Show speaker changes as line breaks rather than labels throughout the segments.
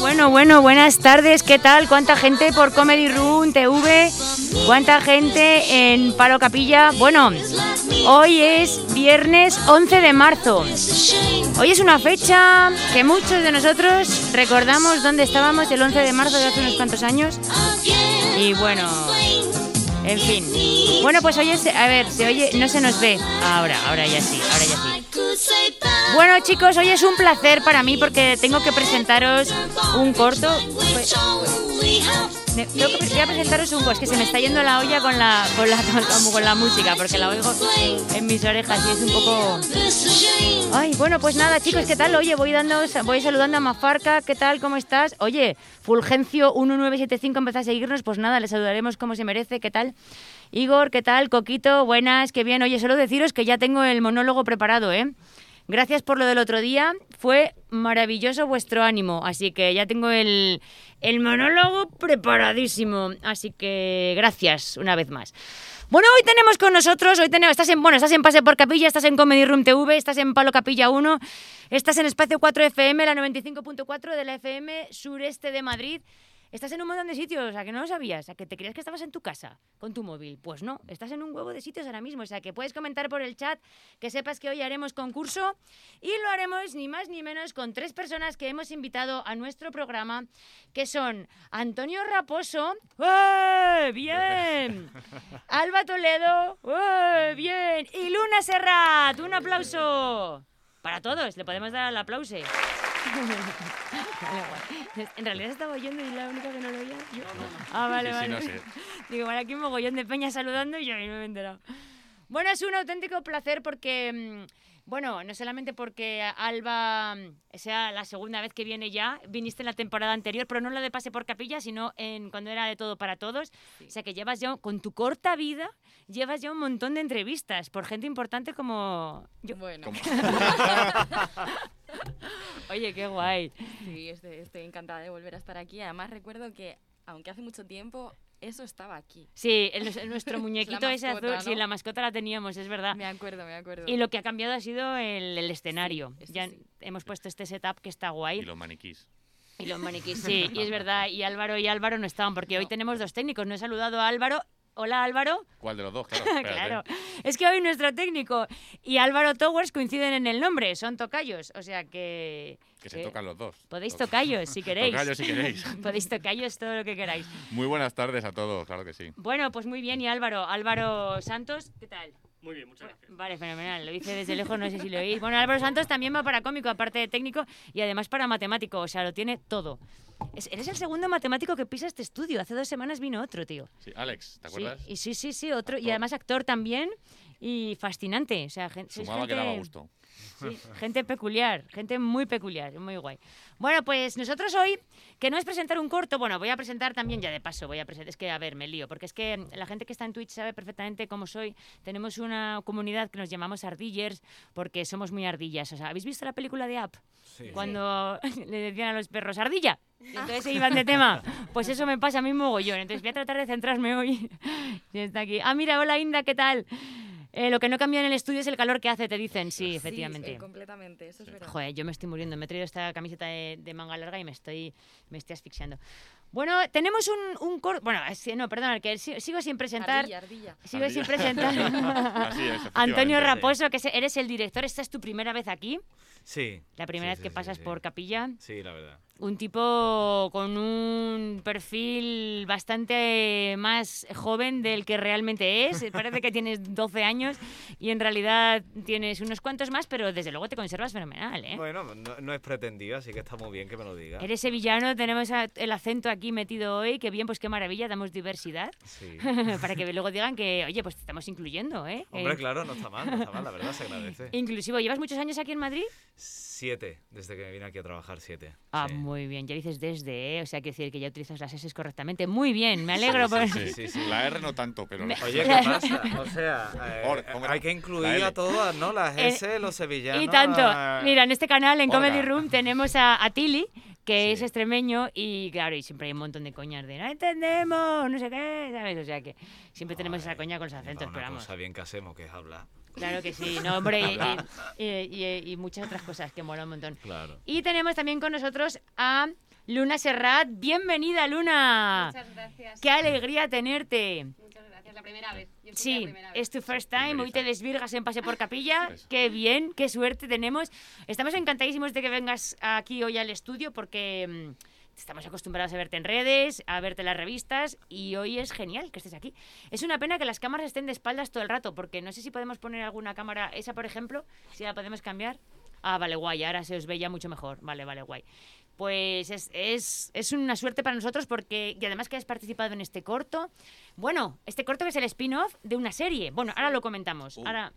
Bueno, bueno, buenas tardes, ¿qué tal? ¿Cuánta gente por Comedy Room TV? ¿Cuánta gente en Paro Capilla? Bueno, hoy es viernes 11 de marzo. Hoy es una fecha que muchos de nosotros recordamos dónde estábamos el 11 de marzo de hace unos cuantos años. Y bueno, en fin. Bueno, pues hoy es, a ver, se oye, no se nos ve. Ahora, ahora ya sí, ahora ya sí. Bueno chicos, hoy es un placer para mí porque tengo que presentaros un corto. Pues, me- tengo que pre- voy a presentaros un corto, es que se me está yendo la olla con la, con la, como con la música porque la oigo en mis orejas y es un poco... Ay, bueno, pues nada chicos, ¿qué tal? Oye, voy, dando, voy saludando a Mafarca, ¿qué tal? ¿Cómo estás? Oye, Fulgencio11975 empezó a seguirnos, pues nada, le saludaremos como se merece, ¿qué tal? Igor, ¿qué tal? Coquito, buenas, qué bien. Oye, solo deciros que ya tengo el monólogo preparado, ¿eh? Gracias por lo del otro día, fue maravilloso vuestro ánimo, así que ya tengo el, el monólogo preparadísimo, así que gracias una vez más. Bueno, hoy tenemos con nosotros, hoy tenemos, estás en, bueno, estás en Pase por Capilla, estás en Comedy Room TV, estás en Palo Capilla 1, estás en Espacio 4 FM, la 95.4 de la FM sureste de Madrid. Estás en un montón de sitios, o sea, que no lo sabías, o sea, que te creías que estabas en tu casa con tu móvil. Pues no, estás en un huevo de sitios ahora mismo, o sea, que puedes comentar por el chat, que sepas que hoy haremos concurso y lo haremos ni más ni menos con tres personas que hemos invitado a nuestro programa, que son Antonio Raposo, ¡eh, bien! Alba Toledo, ¡eh, bien! Y Luna Serrat, un aplauso. Para todos, le podemos dar el aplauso. Vale, guay. En realidad se estaba oyendo y la única que no lo oía. yo. Ah, vale,
Sí, sí,
vale.
no sé.
Digo, vale, aquí un mogollón de peña saludando y yo ahí no me he enterado. Bueno, es un auténtico placer porque, mm, bueno, no solamente porque Alba mm, sea la segunda vez que viene ya, viniste en la temporada anterior, pero no la de pase por capilla, sino en cuando era de todo para todos. O sea que llevas ya, con tu corta vida, llevas ya un montón de entrevistas por gente importante como yo.
Bueno,
Como-
Oye, qué guay.
sí, estoy, estoy encantada de volver a estar aquí. Además, recuerdo que, aunque hace mucho tiempo, eso estaba aquí.
Sí, el- el- nuestro muñequito ese azul,
mascota,
sí,
¿no?
la mascota la teníamos, es verdad.
Me acuerdo, me acuerdo.
Y lo que ha cambiado ha sido el, el escenario.
eso
ya
sí.
hemos puesto este setup que está guay.
Y los maniquís.
Y los maniquís, sí, y es verdad. Y Álvaro y Álvaro no estaban, porque hoy tenemos dos técnicos. No he saludado a Álvaro. Hola Álvaro.
¿Cuál de los dos? Claro. espérate.
Claro. Es que hoy nuestro técnico y Álvaro Towers coinciden en el nombre, son tocayos. O sea que.
Que se tocan los dos.
Podéis
Toc-
tocayos si queréis.
Tocayos si queréis.
Podéis tocayos todo lo que queráis.
Muy buenas tardes a todos, claro que sí.
Bueno, pues muy bien. Y Álvaro, Álvaro Santos, ¿qué tal?
Muy bien, muchas gracias.
Vale, fenomenal. Lo hice desde lejos, no sé si lo oís. Bueno, Álvaro Santos también va para cómico, aparte de técnico, y además para matemático. O sea, lo tiene todo. Es- eres el segundo matemático que pisa este estudio. Hace dos semanas vino otro, tío.
Sí, Alex, ¿te
Sí,
acuerdas?
y sí, sí, sí, otro. Y
Actor.
además actor también. Y fascinante. O sea, gen- sois
Sumaba que
gente-
daba gusto.
Sí, gente peculiar, gente muy peculiar, muy guay. Bueno, pues nosotros hoy, que no es presentar un corto, bueno, voy a presentar también ya de paso, voy a presentar, es que a ver, me lío, porque es que mm, la gente que está en Twitch sabe perfectamente cómo soy. Tenemos una comunidad que nos llamamos ardillers, porque somos muy ardillas. O sea, ¿habéis visto la película de App? Cuando le decían a los perros, ardilla. Y entonces se iban de tema. Pues eso me pasa a mí mogollón. Entonces voy a tratar de centrarme hoy. Ya está aquí. Ah, mira, hola Inda, ¿qué tal? Eh, lo que no cambia en el estudio es el calor que hace, te dicen. Sí,
Sí,
efectivamente.
eh, completamente, eso es verdad.
Joder, yo me estoy muriendo. Me he traído esta camiseta de, de manga larga y me estoy, me estoy asfixiando. Bueno, tenemos un, un corto. Bueno, es que- no, perdona, que si- sigo sin presentar.
Ardilla, ardilla.
Sigo sin
Ardilla.
presentar.
Así es, efectivamente.
Antonio Raposo, que se- eres el director. Esta es tu primera vez aquí.
Sí.
La primera
Sí,
vez
sí,
que
sí,
pasas
sí.
por Capilla.
Sí, la verdad.
Un tipo con un perfil bastante más joven del que realmente es. Parece que tienes 12 años y en realidad tienes unos cuantos más, pero desde luego te conservas fenomenal, ¿eh?
Bueno, no, no es pretendido, así que está muy bien que me lo diga.
Eres sevillano, tenemos a- el acento aquí metido hoy, qué bien, pues qué maravilla, damos diversidad.
Sí.
para que luego digan que, oye, pues te estamos incluyendo, ¿eh?
Hombre,
Eh,
claro, no está mal, no está mal, la verdad, se agradece.
Inclusivo, ¿llevas muchos años aquí en Madrid?
Siete, desde que me vine aquí a trabajar, siete.
Ah,
Sí.
muy bien, ya dices desde, ¿eh? o sea, quiero decir que ya utilizas las S correctamente. Muy bien, me alegro.
Sí,
por-
sí, sí, sí.
Sí, sí.
La R no tanto, pero...
Me-
Oye, ¿qué pasa? O sea, eh,
Or- ¿cómo era?
hay que
La
incluir
L.
a todas, ¿no? Las
Eh,
S, los sevillanos. eh.
Y tanto,
la-
mira, en este canal, en Comedy
Hola.
Room, tenemos a, a Tili, que
Sí.
es extremeño, y claro, y siempre hay un montón de coñas de no entendemos, no sé qué, ¿sabes? O sea que siempre tenemos esa
Joder,
coña con los
lleva
acentos,
una
pero vamos.
cosa bien que hacemos, que es hablar.
Claro que sí, no, hombre, y, y- y- y muchas otras cosas que mola un montón.
Claro.
Y tenemos también con nosotros a Luna Serrat. Bienvenida, Luna.
Muchas gracias.
Qué alegría tenerte.
Muchas gracias. La primera vez. Yo soy la
Sí,
primera vez.
es tu first time, hoy te
Primeriza.
desvirgas en Pase por Capilla.
Eso.
Qué bien, qué suerte tenemos. Estamos encantadísimos de que vengas aquí hoy al estudio porque mm, estamos acostumbrados a verte en redes, a verte en las revistas y hoy es genial que estés aquí. Es una pena que las cámaras estén de espaldas todo el rato porque no sé si podemos poner alguna cámara, esa por ejemplo, si la podemos cambiar. Ah, vale, guay, ahora se os ve ya mucho mejor. Vale, vale, guay. Pues es, es, es una suerte para nosotros porque, y además que has participado en este corto. Bueno, este corto que es el spin-off de una serie. Bueno, ahora lo comentamos.
Oh.
Ahora,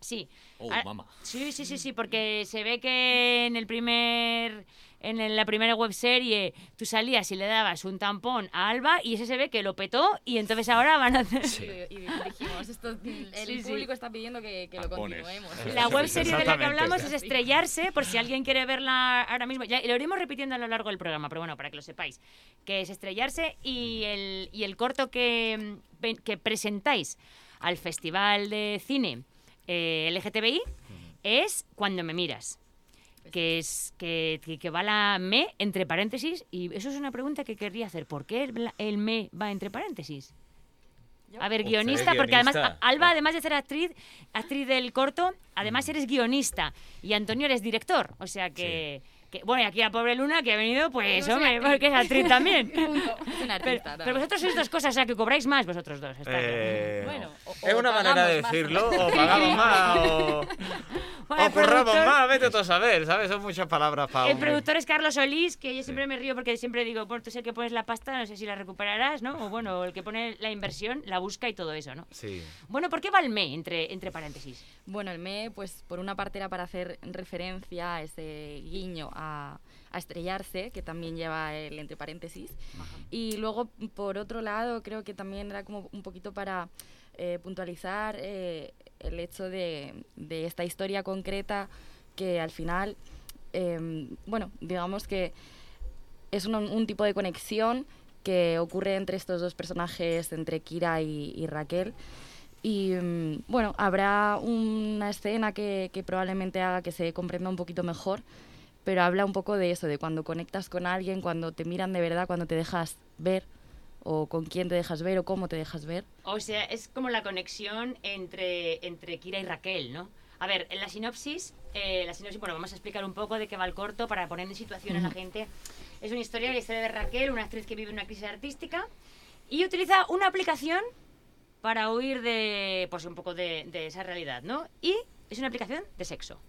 sí.
Oh,
Ah,
mamá.
Sí, sí, sí, sí, porque se ve que en el primer en la primera webserie tú salías y le dabas un tampón a Alba y ese se ve que lo petó y entonces ahora van a hacer
Y, y dijimos, esto, el
Sí, sí.
público está pidiendo que, que lo
Tampones.
continuemos.
La web serie de la que
Exactamente.
hablamos es Estrellarse, por si alguien quiere verla ahora mismo. Ya, y lo iremos repitiendo a lo largo del programa, pero bueno, para que lo sepáis. Que es Estrellarse
Mm.
y el, y el corto que, mm, ven- que presentáis al Festival de Cine eh, LGTBI es Cuando me miras.
Pues
Que, es, que, que- que va la me entre paréntesis. Y eso es una pregunta que querría hacer. ¿Por qué el, el me va entre paréntesis? A ver,
Usted es
guionista, porque además
guionista.
a- Alba, además de ser actriz, actriz del corto, además
Mm.
eres guionista y Antonio eres director. O sea que, que- bueno, y aquí la pobre Luna que ha venido, pues
Yo soy
hombre,
actriz.
porque es actriz también.
Punto.
Es un
Pero,
artista.
pero
también.
vosotros sois dos cosas, o sea que cobráis más vosotros dos. está claro.
Eh,
Bueno, o-
es
o
una manera
pagamos
de
más.
decirlo, o pagamos más, o,
Bueno,
o
el
curramos
productor-
más, pues, vete tú a saber, ¿sabes? Son muchas palabras para
El
un-
productor es Carlos Solís, que yo siempre me río porque siempre digo, bueno, tú sé que pones la pasta, no sé si la recuperarás, ¿no? O bueno, el que pone la inversión, la busca y todo eso, ¿no?
Sí.
Bueno, ¿por qué va el me entre, entre paréntesis?
Bueno, el ME, pues por una parte era para hacer referencia a ese guiño a, a estrellarse, que también lleva el entre paréntesis. Y luego, por otro lado, creo que también era como un poquito para eh, puntualizar eh, el hecho de, de esta historia concreta que al final, eh, bueno, digamos que es un, un tipo de conexión que ocurre entre estos dos personajes, entre Kira y- y Raquel. Y mm, bueno, habrá una escena que, que probablemente haga que se comprenda un poquito mejor, pero habla un poco de eso, de cuando conectas con alguien, cuando te miran de verdad, cuando te dejas ver, o con quién te dejas ver, o cómo te dejas ver.
O sea, es como la conexión entre, entre Kira y Raquel, ¿no? A ver, en la sinopsis, eh, la sinopsis, bueno, vamos a explicar un poco de qué va el corto para poner en situación a la gente. Es una historia, la historia de Raquel, una actriz que vive una crisis artística y utiliza una aplicación para huir de, pues, un poco de, de esa realidad, ¿no? Y es una aplicación de sexo,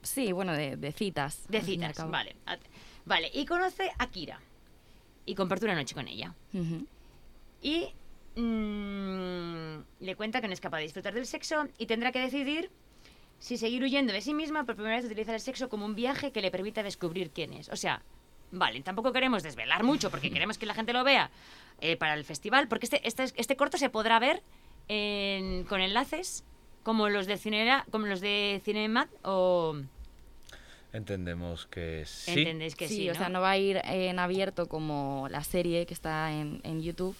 Sí, bueno, de, de citas.
de
al fin y al
citas,
cabo.
vale. At- Vale, y conoce a Kira y comparte una noche con ella.
Ujú.
Y mm, le cuenta que no es capaz de disfrutar del sexo y tendrá que decidir si seguir huyendo de sí misma o por primera vez utiliza el sexo como un viaje que le permita descubrir quién es. O sea, vale, tampoco queremos desvelar mucho porque queremos que la gente lo vea eh, para el festival, porque este, este, es- este corto se podrá ver en- con enlaces como los de Cinera, como los de Cinemat o
Entendemos que sí.
entendéis que sí,
sí, o
¿no?
sea, no va a ir eh, en abierto como la serie que está en, en YouTube,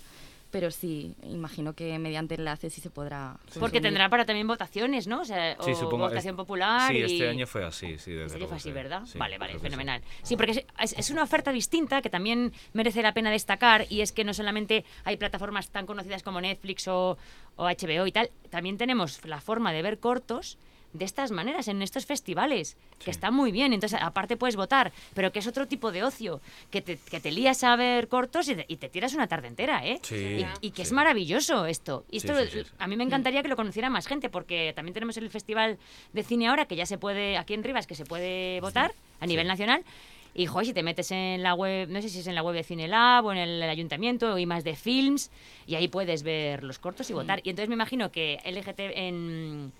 pero sí, imagino que mediante enlaces sí se podrá.
porque
consumir.
tendrá para también votaciones, ¿no? O sea, o votación popular
Sí,
y...
este año fue así, sí, desde
Este
luego,
fue así,
sí.
¿verdad?
Sí,
vale, vale,
creo que sí.
fenomenal. Sí, porque es- es, es una oferta distinta que también merece la pena destacar y es que no solamente hay plataformas tan conocidas como Netflix o, o HBO y tal, también tenemos la forma de ver cortos de estas maneras en estos festivales, que está muy bien. Entonces, aparte puedes votar, pero que es otro tipo de ocio, que te, que te lías a ver cortos y te, y te tiras una tarde entera, ¿eh?
Sí,
y, y que es
sí.
maravilloso esto. Y
Sí,
esto
sí, sí, sí.
a mí me encantaría que lo conociera más gente, porque también tenemos el Festival de Cine ahora, que ya se puede, aquí en Rivas, que se puede votar a nivel nacional. Y, joder, si te metes en la web, no sé si es en la web de CineLab o en el, ayuntamiento o y más de films, y ahí puedes ver los cortos y votar. Y entonces me imagino que LGT en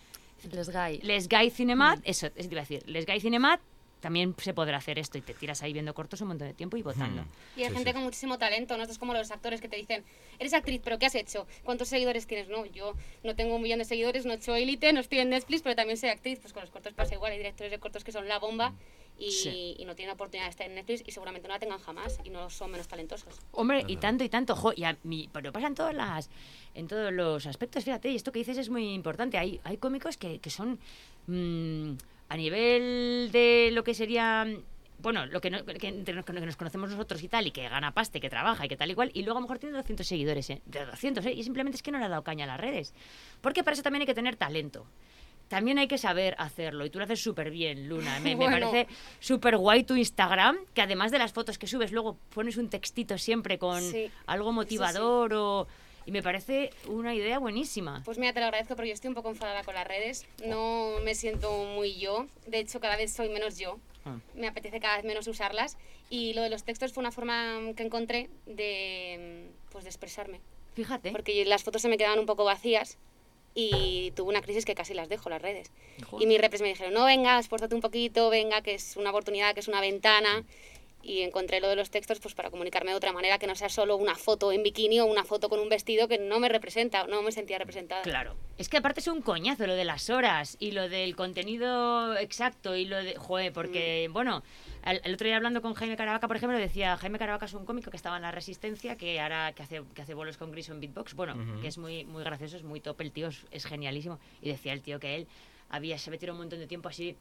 Les Guy.
Les Guy Cinemat, eso, eso te iba a decir, Les Guy Cinemat también se podrá hacer esto y te tiras ahí viendo cortos un montón de tiempo y votando.
Y hay
Sí,
gente
sí.
con muchísimo talento, ¿no? Esto es como los actores que te dicen, eres actriz, pero ¿qué has hecho? ¿Cuántos seguidores tienes? No, yo no tengo un millón de seguidores, no he hecho élite, no estoy en Netflix, pero también soy actriz. Pues con los cortos pasa igual, hay directores de cortos que son la bomba y,
Sí.
y no tienen la oportunidad de estar en Netflix y seguramente no la tengan jamás y no son menos talentosos.
Hombre, y tanto y tanto, jo, y a mí- pero pasa en, todas las, en todos los aspectos, fíjate, y esto que dices es muy importante. Hay, hay cómicos que, que son mm, a nivel de lo que sería mm, bueno, lo que, no- que entre nos, que nos conocemos nosotros y tal, y que gana pasta y que trabaja y que tal y cual, y luego a lo mejor tiene 200 seguidores, ¿eh? De 200, ¿eh? Y simplemente es que no le ha dado caña a las redes. Porque para eso también hay que tener talento. También hay que saber hacerlo y tú lo haces súper bien, Luna. Me, me
Bueno.
parece súper guay tu Instagram, que además de las fotos que subes, luego pones un textito siempre con
Sí.
algo motivador o... Y me parece una idea buenísima.
Pues mira, te lo agradezco, pero yo estoy un poco enfadada con las redes. No me siento muy yo. De hecho, cada vez soy menos yo.
Ah.
Me apetece cada vez menos usarlas. Y lo de los textos fue una forma que encontré de, pues, de expresarme.
Fíjate.
Porque las fotos se me quedaban un poco vacías y tuve una crisis que casi las dejo las redes.
Jo.
Y mis repres me dijeron, no, venga, esfuérzate un poquito, venga, que es una oportunidad, que es una
Mm.
ventana. Y encontré lo de los textos pues para comunicarme de otra manera, que no sea solo una foto en bikini o una foto con un vestido que no me representa, no me sentía representada.
Claro. Es que aparte es un coñazo lo de las horas y lo del contenido exacto y lo de... Joder, porque,
Mm.
bueno, el, el otro día hablando con Jaime Caravaca, por ejemplo, decía, Jaime Caravaca es un cómico que estaba en La Resistencia, que ahora que hace, que hace bolos con Gris en Beatbox, bueno, que es muy, muy gracioso, es muy top, el tío es, es genialísimo. Y decía el tío que él había, se metido un montón de tiempo así,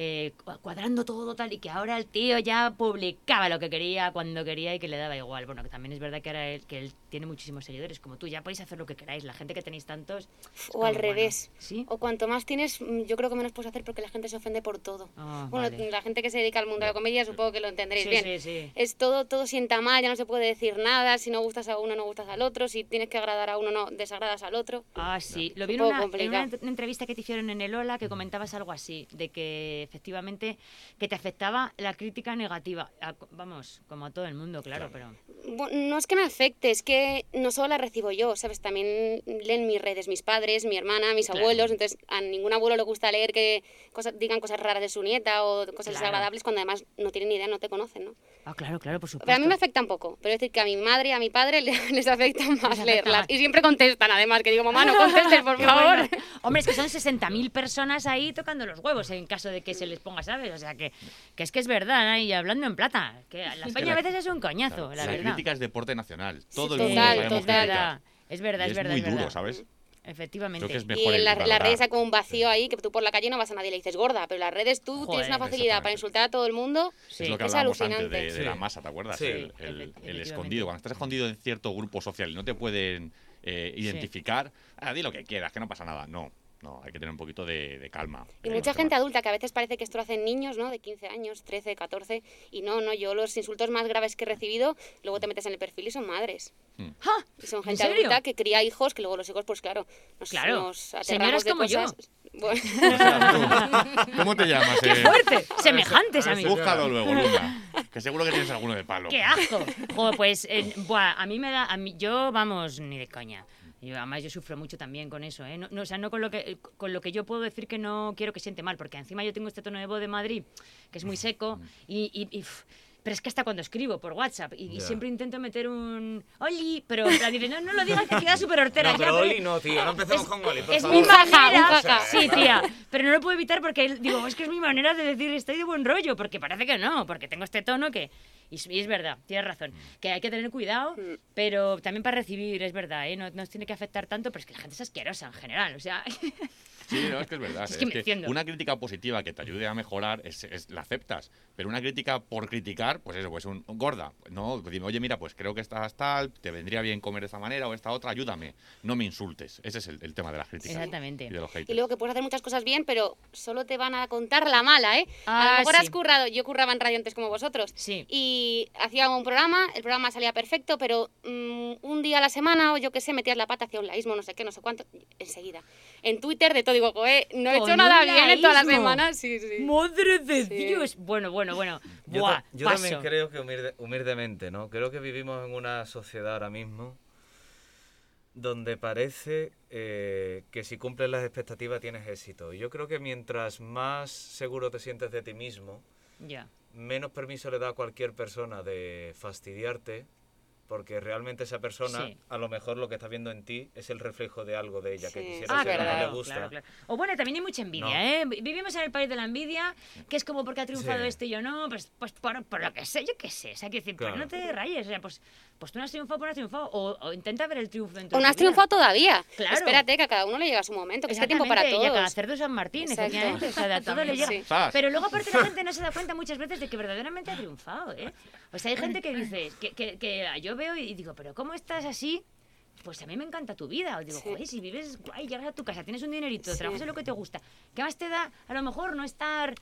eh, cua- cuadrando todo tal, y que ahora el tío ya publicaba lo que quería, cuando quería y que le daba igual. Bueno, que también es verdad que ahora él, que él tiene muchísimos seguidores, como tú, ya podéis hacer lo que queráis, la gente que tenéis tantos... es
O al
como, bueno,
revés.
¿Sí?
O cuanto más tienes, mm, yo creo que menos puedes hacer porque la gente se ofende por todo.
Ah,
bueno,
vale.
la gente que se dedica al mundo de la comedia supongo que lo entenderéis
Sí,
bien. Eh,
sí, sí.
Es todo, todo sienta mal, ya no se puede decir nada, si no gustas a uno no gustas al otro, si tienes que agradar a uno no desagradas al otro.
Ah, sí. Lo vi en
poco
una, en
complicado.
una ent- entrevista que te hicieron en el Ola que comentabas algo así, de que efectivamente que te afectaba la crítica negativa. A- vamos, como a todo el mundo, claro, pero...
Bu- No es que me afecte, es que no solo la recibo yo, ¿sabes? También leen mis redes mis padres, mi hermana, mis
Claro.
abuelos. Entonces, a ningún abuelo le gusta leer que cosas, digan cosas raras de su nieta o cosas
Claro.
desagradables cuando además no tienen ni idea, no te conocen, ¿no?
Ah, claro, claro, por supuesto.
Pero a mí me afecta un poco. Pero es decir que a mi madre y a mi padre le- les afecta más
afecta
leerlas.
más.
Y siempre contestan, además, que digo, mamá, no contestes, por
Qué
favor.
bueno. Hombre, es que son 60.000 personas ahí tocando los huevos en caso de que se les ponga, ¿sabes? O sea, que, que es que es verdad, ¿eh? y hablando en plata, que la peña a veces es un coñazo,
Claro,
la
la
verdad.
crítica es deporte nacional. Todo el
total,
mundo sabemos
total.
criticar.
Es
Y
verdad, es,
es
verdad.
muy
es verdad.
duro, ¿sabes?
Efectivamente.
Creo que es
Y
mejor
en
el
la- las
valorar.
redes hay como un vacío ahí que tú por la calle no vas a nadie y le dices gorda, pero las redes tú
Joder,
tienes una facilidad
exactamente.
para insultar a todo el mundo.
Sí.
Es lo que
Es
hablábamos antes
alucinante.
de, de la
Sí.
masa, ¿te acuerdas?
Sí.
El, el- el
Efectivamente.
escondido. Cuando estás escondido en cierto grupo social y no te pueden eh, identificar, ah, di lo que quieras, que no pasa nada. No, no, hay que tener un poquito de, de calma.
Y
Eh,
mucha
no se
gente
va.
adulta que a veces parece que esto lo hacen niños, ¿no? De 15 años, 13, 14. Y no, no, yo los insultos más graves que he recibido, luego te metes en el perfil y son madres.
Mm.
¡Ja!
Y son
¿En
gente
serio?
adulta que cría hijos, que luego los hijos, pues claro, nos,
Claro,
nos
señoras
aterramos de
como yo.
cosas. Bueno,
¿Cómo te llamas? eh?
¡Fuerte! Semejantes a mí.
Búscalo luego, Luna. Que seguro que tienes alguno de palo.
¡Qué asco! Joder, pues eh, buah, a mí me da. A mí, yo, vamos, ni de coña. Yo, además, yo sufro mucho también con eso, ¿eh? No, no, o sea, no con lo, que, con lo que yo puedo decir que no quiero que siente mal, porque encima yo tengo este tono de voz de Madrid, que es muy
Mm.
seco, y. y- y, pf, pero es que hasta cuando escribo por WhatsApp y, y
Ya.
siempre intento meter un Oli, pero en plan, dice, no, no lo digas que queda súper hortera. ya,
No, pero
pero-
Oli no, tío. No empecemos con Oli, por
es
favor.
mi
Un jaja,
manera.
un jaja.
Sí, tía. Pero no lo puedo evitar porque digo, es que es mi manera de decir estoy de buen rollo, porque parece que no, porque tengo este tono que. Y es- y es verdad, tienes razón, que hay que tener cuidado,
Mm.
pero también para recibir, es verdad, ¿eh? no nos tiene que afectar tanto, pero es que la gente es asquerosa en general, o sea,
Sí, no, es que es verdad.
Es
eh,
que me enciendo.
una crítica positiva que te ayude a mejorar, es, es- la aceptas. Pero una crítica por criticar, pues eso, pues un un gorda. No, dime, oye, mira, pues creo que estás tal, te vendría bien comer de esta manera o esta otra, ayúdame. No me insultes. Ese es el, el tema de las críticas.
Exactamente.
Y de los haters.
y luego que puedes hacer muchas cosas bien, pero solo te van a contar la mala, ¿eh? a
Ah,
lo mejor
sí.
has currado, yo curraba en radio antes como vosotros.
Sí.
Y hacía un programa, el programa salía perfecto, pero mm, un día a la semana o yo qué sé, metías la pata hacia un laísmo, no sé qué, no sé cuánto, y enseguida. En Twitter de todo digo, "Joe, no he
Con
hecho nada
un
bien en toda la
laísmo.
semana. Sí, sí.
¡madre de
Sí.
Dios! Bueno, bueno, bueno,
Yo,
buah,
ta- yo
paso.
también creo que humilde- humildemente, ¿no? Creo que vivimos en una sociedad ahora mismo donde parece eh, que si cumples las expectativas tienes éxito. Y yo creo que mientras más seguro te sientes de ti mismo,
Ya.
menos permiso le da a cualquier persona de fastidiarte Porque realmente esa persona,
Sí.
a lo mejor lo que está viendo en ti es el reflejo de algo de ella que
Sí.
quisiera
Ah,
ser, no le
claro,
gusta.
claro, claro. O bueno, también hay mucha envidia,
No.
¿eh? Vi- Vivimos en el país de la envidia, que es como porque ha triunfado
Sí.
este y yo no, pues, pues por, por lo que sé, yo qué sé. O sea, quiero decir, pues
Claro.
no te rayes, o sea, pues, pues tú no has triunfado, pues no has triunfado. O, o intenta ver el triunfo en tu
O no has
vida.
triunfado todavía.
Claro.
Espérate que a cada uno le llega su momento, que es que hay tiempo para
Exactamente, Y a cada
todos.
cerdo San Martín,
Exacto.
efectivamente. O sea, a todo le llega.
Sí.
Zas.
Pero luego, aparte, la gente no se da cuenta muchas veces de que verdaderamente ha triunfado, ¿eh? O sea, hay gente que dice, que, que- que yo veo y digo, pero ¿cómo estás así? Pues a mí me encanta tu vida. O digo,
Sí.
joder, si vives guay, llegas a tu casa, tienes un dinerito,
Sí.
trabajas en lo que te gusta. ¿Qué más te da, a lo mejor, no estar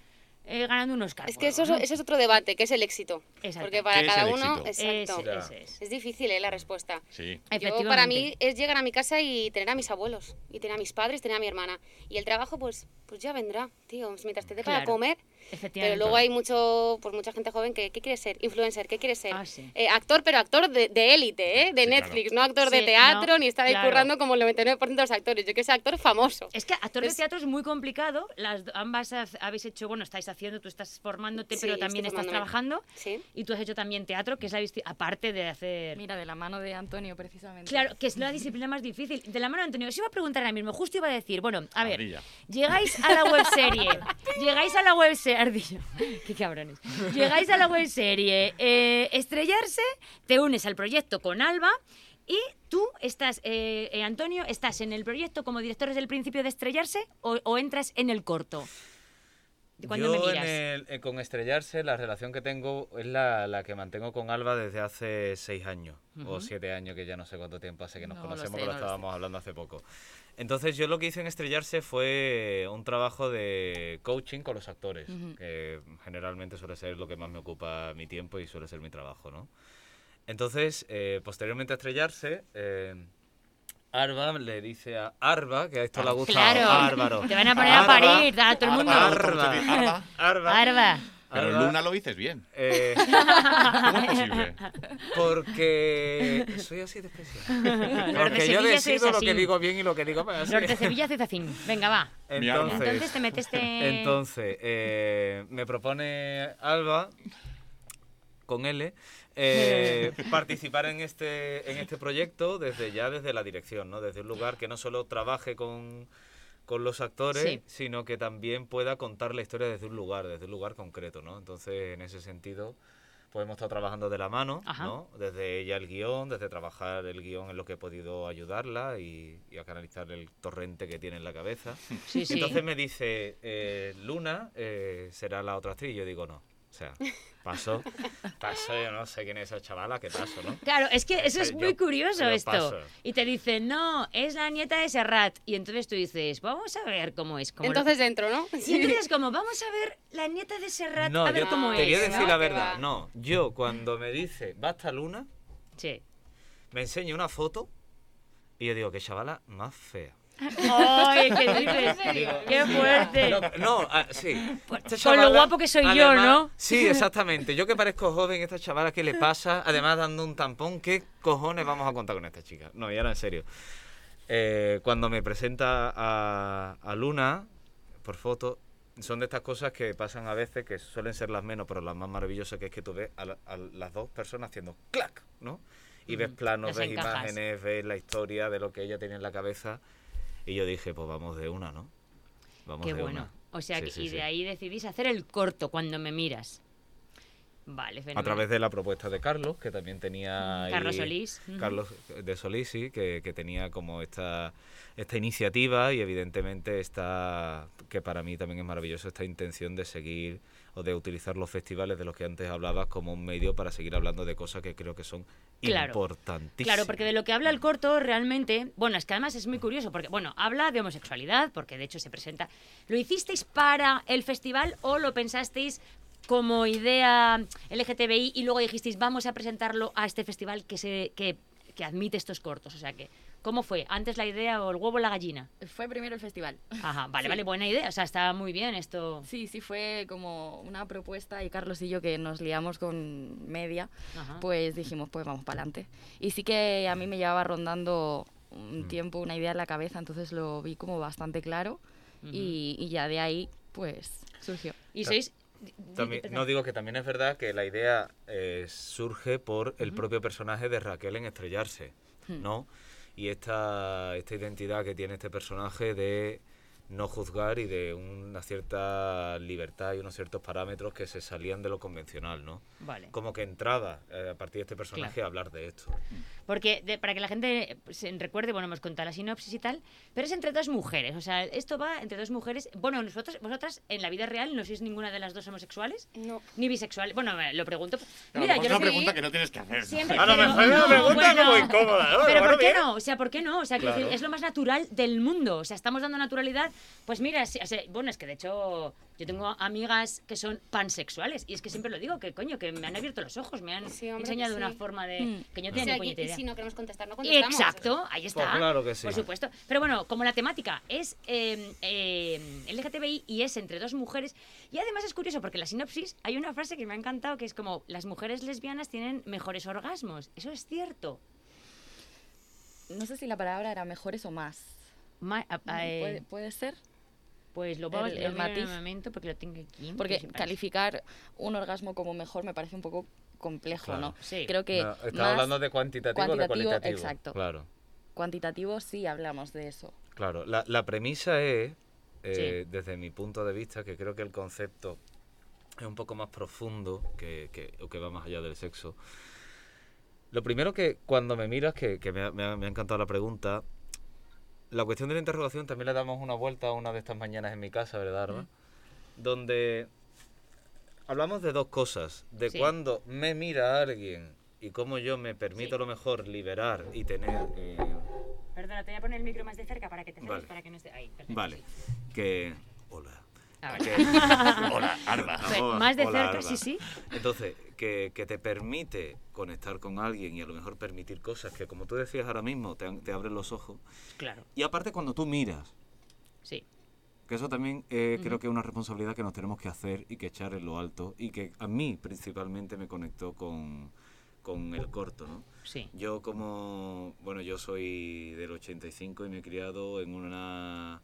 eh, ganando unos Oscar?
Es que eso, es-
¿no?
eso es otro debate, que es el éxito.
Exacto.
Porque para
¿Qué es
cada
el
uno,
éxito?
exacto.
Eso,
Ya.
eso es.
Es difícil eh, la respuesta.
Sí.
Yo
Efectivamente.
para mí es llegar a mi casa y tener a mis abuelos, y tener a mis padres, tener a mi hermana. Y el trabajo, pues, pues ya vendrá, tío, mientras te dé para
Claro.
comer.
Efectivamente.
Pero luego hay mucho, pues mucha gente joven que, ¿qué quiere ser? Influencer, ¿qué quiere ser?
Ah, sí.
Eh, actor, pero actor de de élite, ¿eh? De
Sí, claro.
Netflix, no actor
Sí,
de teatro,
no,
ni está ahí
claro.
currando como el 99% de los actores. Yo quiero ser actor famoso.
Es que actor de
Es-
teatro es muy complicado. Las do- ambas haz- habéis hecho, bueno, estáis haciendo, tú estás formándote,
Sí,
pero
estoy
también estás
formándome.
trabajando.
Sí.
Y tú has hecho también teatro, que es la disti- aparte de hacer.
Mira, de la mano de Antonio, precisamente.
Claro, que es la disciplina más difícil. De la mano de Antonio, os iba a preguntar ahora mismo, justo iba a decir, bueno, a ver,
Ardilla.
llegáis a la webserie, llegáis a la webserie, ardillo, qué cabrones, llegáis a la webserie, eh, estrellarse, te unes al proyecto con Alba y tú estás, eh, eh, Antonio, estás en el proyecto como director desde el principio de estrellarse o, o entras en el corto. Cuando
Yo
me
en
miras.
el- eh, con Estrellarse, la relación que tengo es la, la que mantengo con Alba desde hace seis años o siete años, que ya no sé cuánto tiempo hace que nos
No lo
conocemos,
sé,
que
no
lo
lo sé.
estábamos hablando hace poco. Entonces, yo lo que hice en Estrellarse fue un trabajo de coaching con los actores, que generalmente suele ser lo que más me ocupa mi tiempo y suele ser mi trabajo, ¿no? Entonces, eh, posteriormente a Estrellarse. eh, Arba le dice a Arba, que a esto le gusta
Claro,
Álvaro.
te van a poner a
Arba,
parir, a todo el mundo.
Ah,
Arba,
Arba.
Arba.
Arba,
Pero
Arba,
Luna lo dices bien.
eh,
¿Cómo es posible?
porque soy así de
Los
especial.
de
Porque yo
Sevilla sois
decido lo
así.
que digo bien y lo que digo mal.
los de Sevilla Cezafín, venga, va.
Mi alma.
Entonces te metiste...
Entonces, eh, me propone Alba, con L, eh, participar en este, en este proyecto desde ya desde la dirección, ¿no? Desde un lugar que no solo trabaje con, con los actores,
Sí.
sino que también pueda contar la historia desde un lugar, desde un lugar concreto, ¿no? Entonces, en ese sentido, pues hemos estado trabajando de la mano,
Ajá.
¿no? Desde ella el guión, desde trabajar el guión en lo que he podido ayudarla y, y a canalizar el torrente que tiene en la cabeza.
Sí, sí.
Entonces me dice, eh, Luna eh, será la otra actriz. Y yo digo, no. O sea, paso, paso, yo no sé quién es esa chavala, que paso, ¿no?
Claro, es que eso es
Yo-
muy curioso
yo
esto.
paso.
Y te dicen, no, es la nieta de Serrat. Y entonces tú dices, vamos a ver cómo es. Cómo lo-
Entonces dentro, ¿no?
Y entonces como, vamos a ver la nieta de Serrat,
No,
a ver
yo
cómo
te voy a
es.
decir
¿no?
la
Que
verdad.
va.
No, yo cuando me dice, basta Luna,
Sí.
me enseña una foto y yo digo, qué chavala más fea.
¡Ay, qué dices! ¡Qué fuerte!
No, no, ah, sí.
Por-
Esta
Pues, con lo guapo que soy yo, ¿no?
Sí, exactamente. Yo que parezco joven, esta chavala, ¿qué le pasa? Además, dando un tampón, ¿qué cojones vamos a contar con esta chica? No, y ahora en serio. Eh, cuando me presenta a, a Luna, por foto, son de estas cosas que pasan a veces, que suelen ser las menos, pero las más maravillosas, que es que tú ves a, la- a las dos personas haciendo clac, ¿no? Y ves planos,
Mm, las
ves
encajas.
imágenes, ves la historia de lo que ella tiene en la cabeza. Y yo dije, pues vamos de una, ¿no? Vamos
¡Qué
de
bueno!
una.
O sea,
Sí,
que-
sí,
y
sí.
de ahí decidís hacer el corto cuando me miras. Vale,
A
fenomenal.
través de la propuesta de Carlos, que también tenía... ahí-
Mm, Carlos Solís. Ujú.
Carlos de Solís, sí, que, que tenía como esta, esta iniciativa y evidentemente esta, que para mí también es maravilloso, esta intención de seguir o de utilizar los festivales de los que antes hablabas como un medio para seguir hablando de cosas que creo que son
Claro.
importantísimas.
Claro, porque de lo que habla el corto realmente, bueno, es que además es muy curioso, porque, bueno, habla de homosexualidad, porque de hecho se presenta. ¿Lo hicisteis para el festival o lo pensasteis como idea LGTBI y luego dijisteis, vamos a presentarlo a este festival que, se, que, que admite estos cortos? O sea que, ¿cómo fue? ¿Antes la idea o el huevo o la gallina?
Fue primero el festival.
Ajá, vale,
Sí.
vale, buena idea, o sea, está muy bien esto.
Sí, sí, fue como una propuesta y Carlos y yo que nos liamos con media,
Ajá.
pues dijimos, pues vamos para adelante. Y sí que a mí me llevaba rondando un tiempo, una idea en la cabeza, entonces lo vi como bastante claro y, y ya de ahí, pues, surgió.
Y sois
También- no digo que también es verdad que la idea eh, surge por el propio personaje de Raquel en estrellarse,
Hmm.
¿no? Y esta, esta identidad que tiene este personaje de no juzgar y de una cierta libertad y unos ciertos parámetros que se salían de lo convencional, ¿no?
Vale.
Como que entraba eh, a partir de este personaje
Claro.
a hablar de esto.
Porque de- para que la gente eh, se recuerde, bueno, hemos contado la sinopsis y tal, pero es entre dos mujeres. O sea, esto va entre dos mujeres. Bueno, nosotros, vosotras en la vida real no sois ninguna de las dos homosexuales,
No.
ni bisexuales. Bueno, eh, lo pregunto.
Claro,
Mira,
es
yo
una
sí-
pregunta que no tienes que hacer.
Siempre
Ahora
Pero-
me sale una
no,
pregunta
bueno.
como incómoda, ¿no?
Pero
Bueno,
¿por qué
bien.
no? O sea, ¿por qué no? O sea, quiero
Claro.
decir, es lo más natural del mundo. O sea, estamos dando naturalidad. Pues mira, sí, o sea, bueno, es que de hecho yo tengo amigas que son pansexuales y es que siempre lo digo, que coño, que me han abierto los ojos, me han
Sí, hombre,
enseñado
que
una
sí.
forma de...
Mm.
que yo no tenía
O sea,
ni
y,
puñetera
y
idea.
si no queremos contestar, no contestamos.
Exacto, ahí está.
Pues claro que sí.
Por supuesto. Pero bueno, como la temática es eh, eh, LGTBI y es entre dos mujeres, y además es curioso porque en la sinopsis hay una frase que me ha encantado que es como, las mujeres lesbianas tienen mejores orgasmos. Eso es cierto.
No sé si la palabra era mejores o más.
Ma- a- a- eh,
¿Puede, puede ser?
pues lo vamos a
el-
ver
el
en
matiz.
un momento porque lo tengo aquí.
Mm, Porque
principal.
calificar un orgasmo como mejor me parece un poco complejo,
Claro.
¿no?
Sí.
Creo que
No, está
más
hablando de cuantitativo, o de
cuantitativo,
cualitativo.
exacto.
Claro.
cuantitativo sí hablamos de eso.
Claro, la, la premisa es, eh, desde mi punto de vista, que creo que el concepto es un poco más profundo que, que, o que va más allá del sexo. Lo primero que cuando me miras, que, que me, ha, me ha- me ha encantado la pregunta, la cuestión de la interrogación también le damos una vuelta a una de estas mañanas en mi casa, ¿verdad, Arma? Donde hablamos de dos cosas, de
Sí.
cuando me mira alguien y cómo yo me permito a lo mejor liberar y tener... eh,
Perdona, te voy a poner el micro más de cerca para que te acerques,
Vale.
para que no esté... Ahí, perfecto,
Vale.
sí.
Que. Hola.
Ah,
Que-
Hola, Arda.
Fe-
Hola,
Pues, más de
hola,
cerca,
Arda.
sí, sí.
Entonces, que, que te permite conectar con alguien y a lo mejor permitir cosas que, como tú decías ahora mismo, te, han- te abren los ojos.
Claro,
Y aparte, cuando tú miras,
sí.
que eso también eh, creo que es una responsabilidad que nos tenemos que hacer y que echar en lo alto y que a mí principalmente me conectó con, con el corto, ¿no?
Sí.
Yo como, bueno, yo soy del 85 y me he criado en una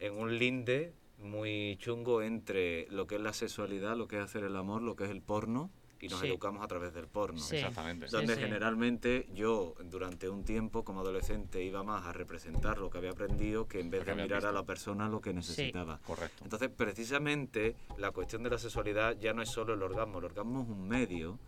en un linde muy chungo entre lo que es la sexualidad, lo que es hacer el amor, lo que es el porno y nos
Sí.
educamos a través del porno.
Sí.
Exactamente.
Sí,
Donde
sí.
generalmente yo durante un tiempo como adolescente iba más a representar lo que había aprendido que en vez
Lo que
de
había
mirar a
visto.
la persona lo que necesitaba.
Correcto.
Entonces, precisamente, la cuestión de la sexualidad ya no es solo el orgasmo. El orgasmo es un medio,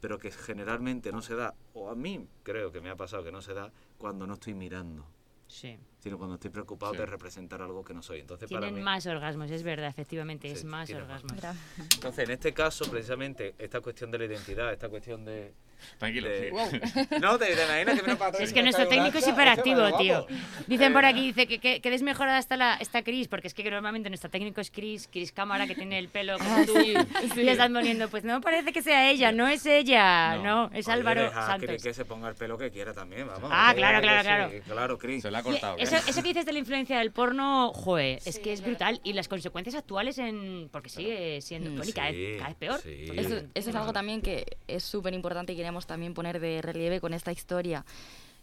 pero que generalmente no se da, o a mí creo que me ha pasado que no se da, cuando no estoy mirando,
Sí.
sino cuando estoy preocupado
Sí.
de representar algo que no soy. Entonces, para mí,
Tienen más orgasmos, es verdad, efectivamente,
Sí,
es más
tienen más.
orgasmos.
Entonces, en este caso, precisamente, esta cuestión de la identidad, esta cuestión de...
Tranquilo.
de-
sí.
No, te, te imaginas que viene para atrás y
Es
me
que nuestro
cae una
técnico es
hacha,
hiperactivo,
vamos.
tío. Dicen por aquí, dice que, que, que desmejorada está la, está Cris, porque es que normalmente nuestro técnico es Cris, Cris Cámara, que tiene el pelo como tú, y le están poniendo, pues no parece que sea ella, no es ella, no, es
Oye,
Álvaro
deja a Cris
Santos.
que se ponga el pelo que quiera también, vamos.
Ah,
Déjale
claro,
que
claro,
sí. Claro, Cris.
Se la ha
Y
cortado.
eso,
¿eh?
eso que dices de la influencia del porno, joe, es
Sí,
que
es
es brutal. Y las consecuencias actuales en. Porque sigue siendo.
Mm.
bueno, y cada,
Sí,
vez, cada vez peor.
sí.
Porque
Eso,
es un-
eso es algo también que es súper importante y queremos también poner de relieve con esta historia.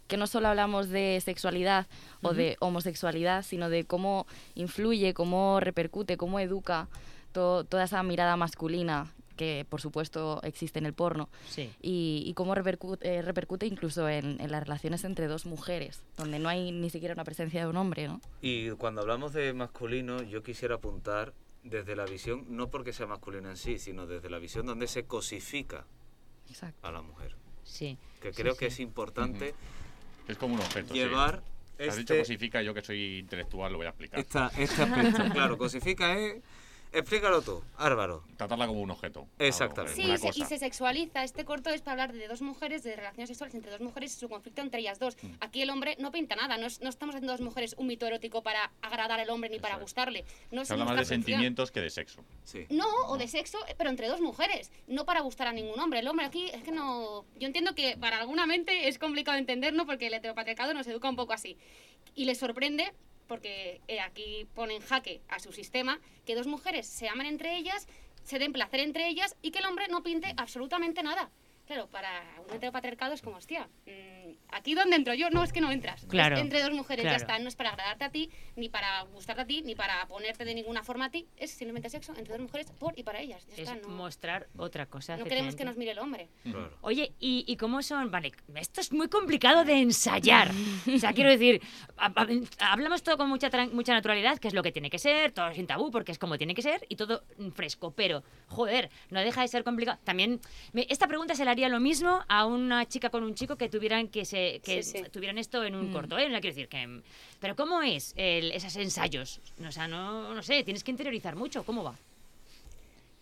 Que no solo hablamos de sexualidad o de homosexualidad, sino de cómo influye, cómo repercute, cómo educa to- toda esa mirada masculina que, por supuesto, existe en el porno.
Sí.
Y, y cómo repercute, eh, repercute incluso en, en las relaciones entre dos mujeres, donde no hay ni siquiera una presencia de un hombre, ¿no?
Y cuando hablamos de masculino, yo quisiera apuntar desde la visión, no porque sea masculino en sí, sino desde la visión donde se cosifica
Exacto.
a la mujer.
Sí.
Que
sí,
creo
sí.
que es importante
Es como un objeto. sí.
llevar
Has dicho
este,
cosifica, yo que soy intelectual lo voy a explicar.
esta- este aspecto. claro, cosifica es... Explícalo tú, Álvaro.
Tratarla como un objeto.
Exactamente.
Sí,
eh, Una
y se, y
cosa.
se sexualiza. Este corto es para hablar de dos mujeres, de relaciones sexuales entre dos mujeres y su conflicto entre ellas dos.
Mm.
Aquí el hombre no pinta nada. No, es- no estamos haciendo dos mujeres un mito erótico para agradar al hombre ni para
Eso es.
gustarle. No es
Se habla más
nuestra
de
función.
sentimientos que de sexo.
Sí.
No, o de sexo, eh, pero entre dos mujeres. No para gustar a ningún hombre. El hombre aquí es que no. Yo entiendo que para alguna mente es complicado entenderlo porque el heteropatriarcado nos educa un poco así. Y les sorprende porque eh, aquí ponen jaque a su sistema que dos mujeres se amen entre ellas, se den placer entre ellas y que el hombre no pinte absolutamente nada. Claro, para un heteropatriarcado es como, hostia, mm, aquí donde entro yo, no, es que no entras. Es
Claro,
entre dos mujeres,
claro.
ya está, no es para agradarte a ti, ni para gustarte a ti, ni para ponerte de ninguna forma a ti, es simplemente sexo entre dos mujeres por y para ellas, ya
Es
está, no,
mostrar otra cosa.
no queremos
efectivamente.
que nos mire el hombre.
Claro.
Oye, ¿y, y cómo son? Vale, esto es muy complicado de ensayar. O sea, quiero decir, ha- ha- hablamos todo con mucha, tran- mucha naturalidad, que es lo que tiene que ser, todo sin tabú, porque es como tiene que ser y todo mm, fresco. Pero, joder, no deja de ser complicado. También, me- esta pregunta se le haría lo mismo a una chica con un chico que tuvieran que se que
Sí, sí.
tuvieran esto en un
Mm.
corto, ¿eh? No quiero decir que. mm, Pero, ¿cómo es el- esos ensayos? O sea, no, no sé, tienes que interiorizar mucho. ¿Cómo va?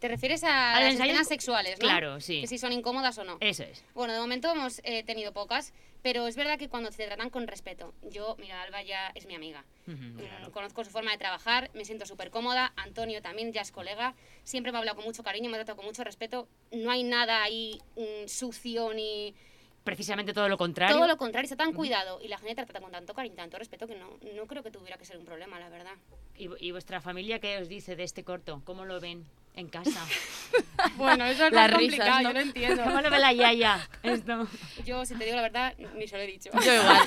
¿Te refieres a,
Al
las
ensayo-
escenas sexuales, no?
Claro, sí. Eh.
Que si son incómodas o no.
Eso es.
Bueno, de momento hemos eh, tenido pocas, pero es verdad que cuando te tratan con respeto, yo, mira, Alba ya es mi amiga.
Ujú,
Mm, Conozco su forma de trabajar, me siento súper cómoda. Antonio también ya es colega, siempre me ha hablado con mucho cariño, me ha tratado con mucho respeto. No hay nada ahí mm, sucio ni.
Precisamente todo lo contrario.
Todo lo contrario, está tan cuidado y la gente te trata con tanto cariño y tanto respeto que no, no creo que tuviera que ser un problema, la verdad.
¿Y, vu- y vuestra familia qué os dice de este corto? ¿Cómo lo ven en casa?
Bueno, eso
es más Las risas, complicado, ¿no? yo lo
entiendo.
¿Cómo lo ve la yaya? Esto.
Yo, si te digo la verdad, ni se lo he dicho.
Yo igual.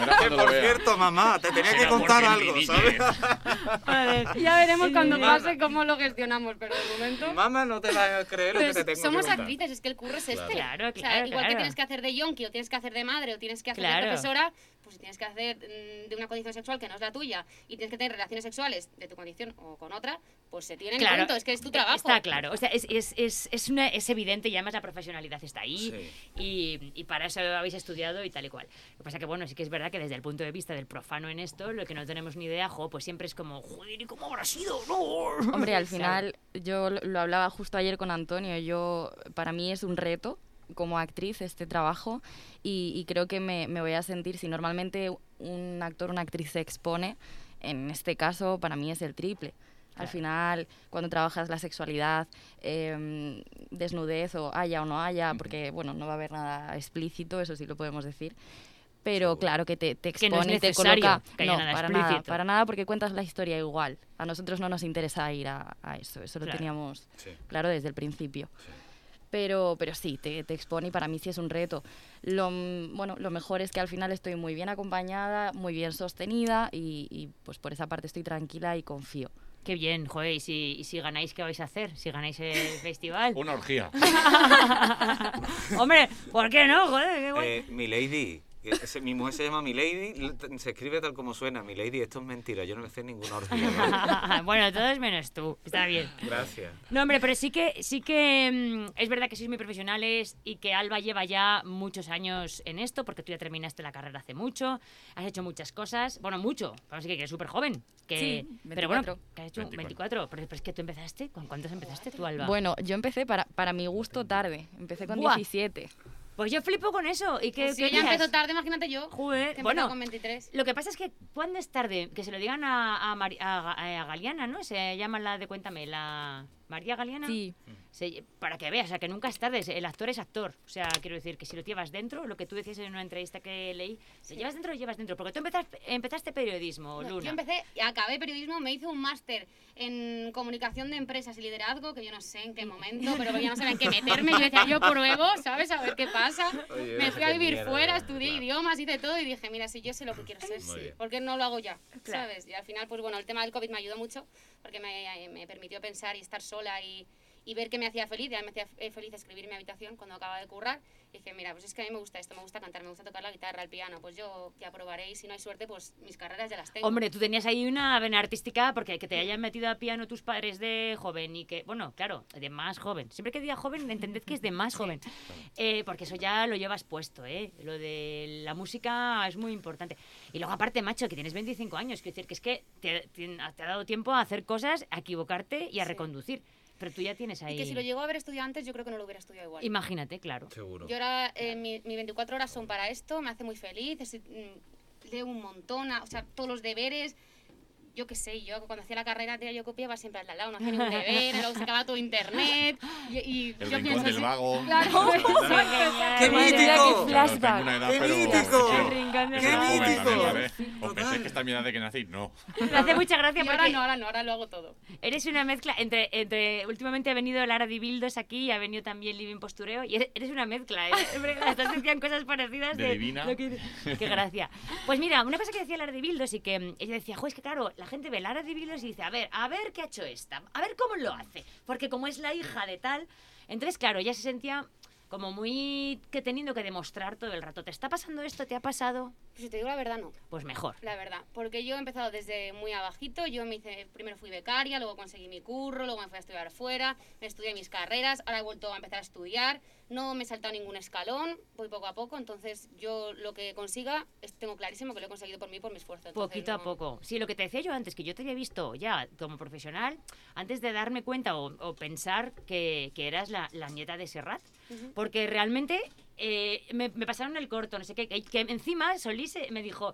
Verás cuando lo
Por
vea.
cierto, mamá, te tenía que
Será
contar
porque
algo,
ni
¿sabes?
dices.
Ya veremos cuando
Sí.
pase cómo lo gestionamos, pero de momento.
Mamá, no te vas a creer lo que
Pero
te tengo
somos
que contar.
actrices, es que el curro es
Claro.
este.
Claro,
O sea,
claro,
igual
claro.
que tienes que hacer de yonki, o tienes que hacer de madre, o tienes que hacer
Claro.
de profesora, pues si tienes que hacer mm, de una condición sexual que no es la tuya, y tienes que tener relaciones sexuales de tu condición o con otra, pues se tiene en
Claro.
cuenta, es que es tu trabajo.
Está claro. O sea, es, es, es, es, una- es evidente y además la profesionalidad está ahí.
Sí.
Y, y para eso habéis estudiado y tal y cual. Lo que pasa que, bueno, sí que es verdad que desde el punto de vista del profano en esto, lo que no tenemos ni idea, jo, pues siempre es como, joder, ¿y cómo habrá sido? No.
Hombre, al
¿Sabes?
final yo lo- lo hablaba justo ayer con Antonio. Yo para mí es un reto como actriz este trabajo y, y creo que me, me voy a sentir si normalmente un actor una actriz se expone. En este caso para mí es el triple. Al
Claro.
final, cuando trabajas la sexualidad, em, desnudez o haya o no haya, porque bueno, no va a haber nada explícito, eso sí lo podemos decir. Pero
Seguro.
claro que te, te
Que no es
expone y te
necesario
coloca.
que haya
no,
nada
para nada,
explícito.
para nada porque cuentas la historia igual. A nosotros no nos interesa ir a, a eso, eso lo
Claro.
teníamos
Sí.
claro desde el principio.
Sí.
Pero, pero sí, te, te expone y para mí sí es un reto. Lo, m- bueno, lo mejor es que al final estoy muy bien acompañada, muy bien sostenida y, y, pues por esa parte estoy tranquila y confío.
Qué bien, joder, y si, y si ganáis, ¿qué vais a hacer? Si ganáis el festival.
Una orgía.
Hombre, ¿por qué no? Joder, qué guay.
Eh, Milady. Ese- mi mujer se llama Milady, l- se escribe tal como suena. Milady, esto es mentira, yo no le sé ninguna orgía. ¿vale?
bueno, todos menos tú. Está bien.
Gracias.
No, hombre, pero sí que, sí que mm, es verdad que sois muy profesionales y que Alba lleva ya muchos años en esto, porque tú ya terminaste la carrera hace mucho, has hecho muchas cosas, bueno, mucho, vamos a decir que eres súper joven. Que,
Sí,
Pero bueno,
24.
que has hecho 24,
24.
pero, pero es que tú empezaste, ¿con cuántos empezaste tú, Alba?
Bueno, yo empecé para, para mi gusto tarde, empecé con
Buah.
17.
Pues yo flipo con eso. ¿Y qué,
Pues si
qué
ella
días?
empezó tarde, imagínate yo.
Joder,
que
bueno,
empezó con 23.
Lo que pasa es que cuando es tarde, que se lo digan a, a, Mari- a Ga- eh, a Galeana, ¿no? Se llama la de Cuéntame, la María Galeana.
Sí,
Se- para que veas, o sea, que nunca es tarde, el actor es actor. O sea, quiero decir que si lo llevas dentro, lo que tú decías en una entrevista que leí, si llevas dentro, lo llevas dentro. Porque tú empezaste, empezaste periodismo,
No,
Luna.
Yo empecé, acabé periodismo, me hice un máster en comunicación de empresas y liderazgo, que yo no sé en qué momento, pero ya no sabía en qué meterme. Yo decía, yo pruebo, ¿sabes? A ver qué pasa.
Oye,
me fui a
qué
vivir
mierda,
fuera,
¿verdad?
estudié
Claro.
idiomas, hice todo y dije, mira, si yo sé lo que quiero ser,
Muy bien.
¿por qué no lo hago ya?
Claro.
¿Sabes? Y al final, pues bueno, el tema del COVID me ayudó mucho porque me, me permitió pensar y estar sola y, y ver qué me hacía feliz. Y a mí me hacía eh, feliz escribir en mi habitación cuando acababa de currar. Y dije, mira, pues es que a mí me gusta esto, me gusta cantar, me gusta tocar la guitarra, el piano. Pues yo ya probaré y si no hay suerte, pues mis carreras ya las tengo.
Hombre, tú tenías ahí una vena artística porque que te hayan metido a piano tus padres de joven y que, bueno, claro, de más joven. Siempre que diga joven, entended que es de más joven. Eh, porque eso ya lo llevas puesto, ¿eh? Lo de la música es muy importante. Y luego, aparte, macho, que tienes 25 años, quiero decir que es que te, te ha te ha dado tiempo a hacer cosas, a equivocarte y a
Sí.
reconducir. Pero tú ya tienes ahí.
Y que si lo llego a haber estudiado antes, yo creo que no lo hubiera estudiado igual.
Imagínate, claro.
Seguro.
Yo ahora, eh, mi- mis 24 horas son para esto, me hace muy feliz, estoy- mm, leo un montón, a- o sea, todos los deberes, yo qué sé, yo cuando hacía la carrera tía, yo copiaba siempre al de al lado, no hacía ningún deber, luego sacaba todo internet. Y, y
El
yo
rincón del
así,
vago.
Claro,
Madre
¡Qué
mía,
mítico!
qué
Claro, tengo
flashback.
una edad,
¡Qué
pero-
mítico!
pero-
¡Qué rincón del
es una
vago!
joven también, ¿vale?
mítico!
¿Os pensáis que
Total.
esta mi edad de que nací? No.
Me hace mucha
y
gracia
ahora
porque
no, ahora no, ahora lo hago todo. Pues
eres una mezcla entre, entre últimamente ha venido Lara Dibildos aquí y ha venido también Living Postureo y eres- eres una mezcla. ¿eh? Hombre, Las dos decían cosas parecidas.
De
De
divina.
lo que- Qué gracia. Pues mira, una cosa que decía Lara Dibildos y que mm, ella decía, jo, es que claro, la gente ve Lara Dibildos y dice, a ver, a ver qué ha hecho esta, a ver cómo lo hace, porque como es la hija de tal, entonces claro, ella se sentía como muy que teniendo que demostrar todo el rato, ¿te está pasando esto? ¿Te ha pasado?
Pues si te digo la verdad, no.
Pues mejor.
La verdad, porque yo he empezado desde muy abajito, yo me hice, primero fui becaria, luego conseguí mi curro, luego me fui a estudiar fuera, me estudié mis carreras, ahora he vuelto a empezar a estudiar, no me he saltado ningún escalón, voy poco a poco, entonces yo lo que consiga, es- tengo clarísimo que lo he conseguido por mí, por mi esfuerzo. entonces
Poquito a
no-
poco. Sí, lo que te decía yo antes, que yo te había visto ya como profesional, antes de darme cuenta o, o pensar que, que eras la, la nieta de Serrat, porque realmente eh, me, me pasaron el corto, no sé qué, que, que encima Solís eh, me dijo...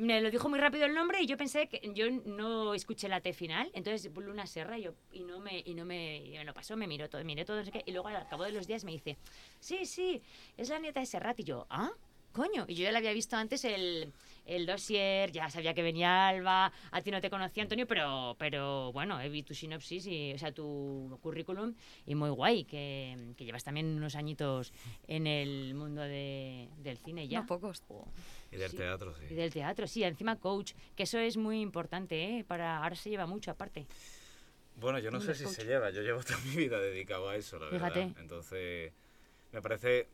Me lo dijo muy rápido el nombre y yo pensé que yo no escuché la T final, entonces Luna Serra yo, y no me y no me, y me lo pasó, me miró todo, miré todo, no sé qué, y luego al cabo de los días me dice, sí, sí, es la nieta de Serrat y yo, ah, coño, y yo ya le había visto antes el, el dossier, ya sabía que venía Alba, a ti no te conocía Antonio, pero, pero bueno, he visto tu sinopsis, y, o sea, tu currículum, y muy guay, que, que llevas también unos añitos en el mundo de- del cine ya. Oh.
No pocos.
Y del
Sí.
teatro,
y
sí.
del teatro, sí, encima coach, que eso es muy importante, ¿eh? Para, ahora se lleva mucho aparte.
Bueno, yo no sé
Hombre,
si
coach.
se lleva, yo llevo toda mi vida dedicado a eso, la verdad.
Fíjate.
Entonces, me parece,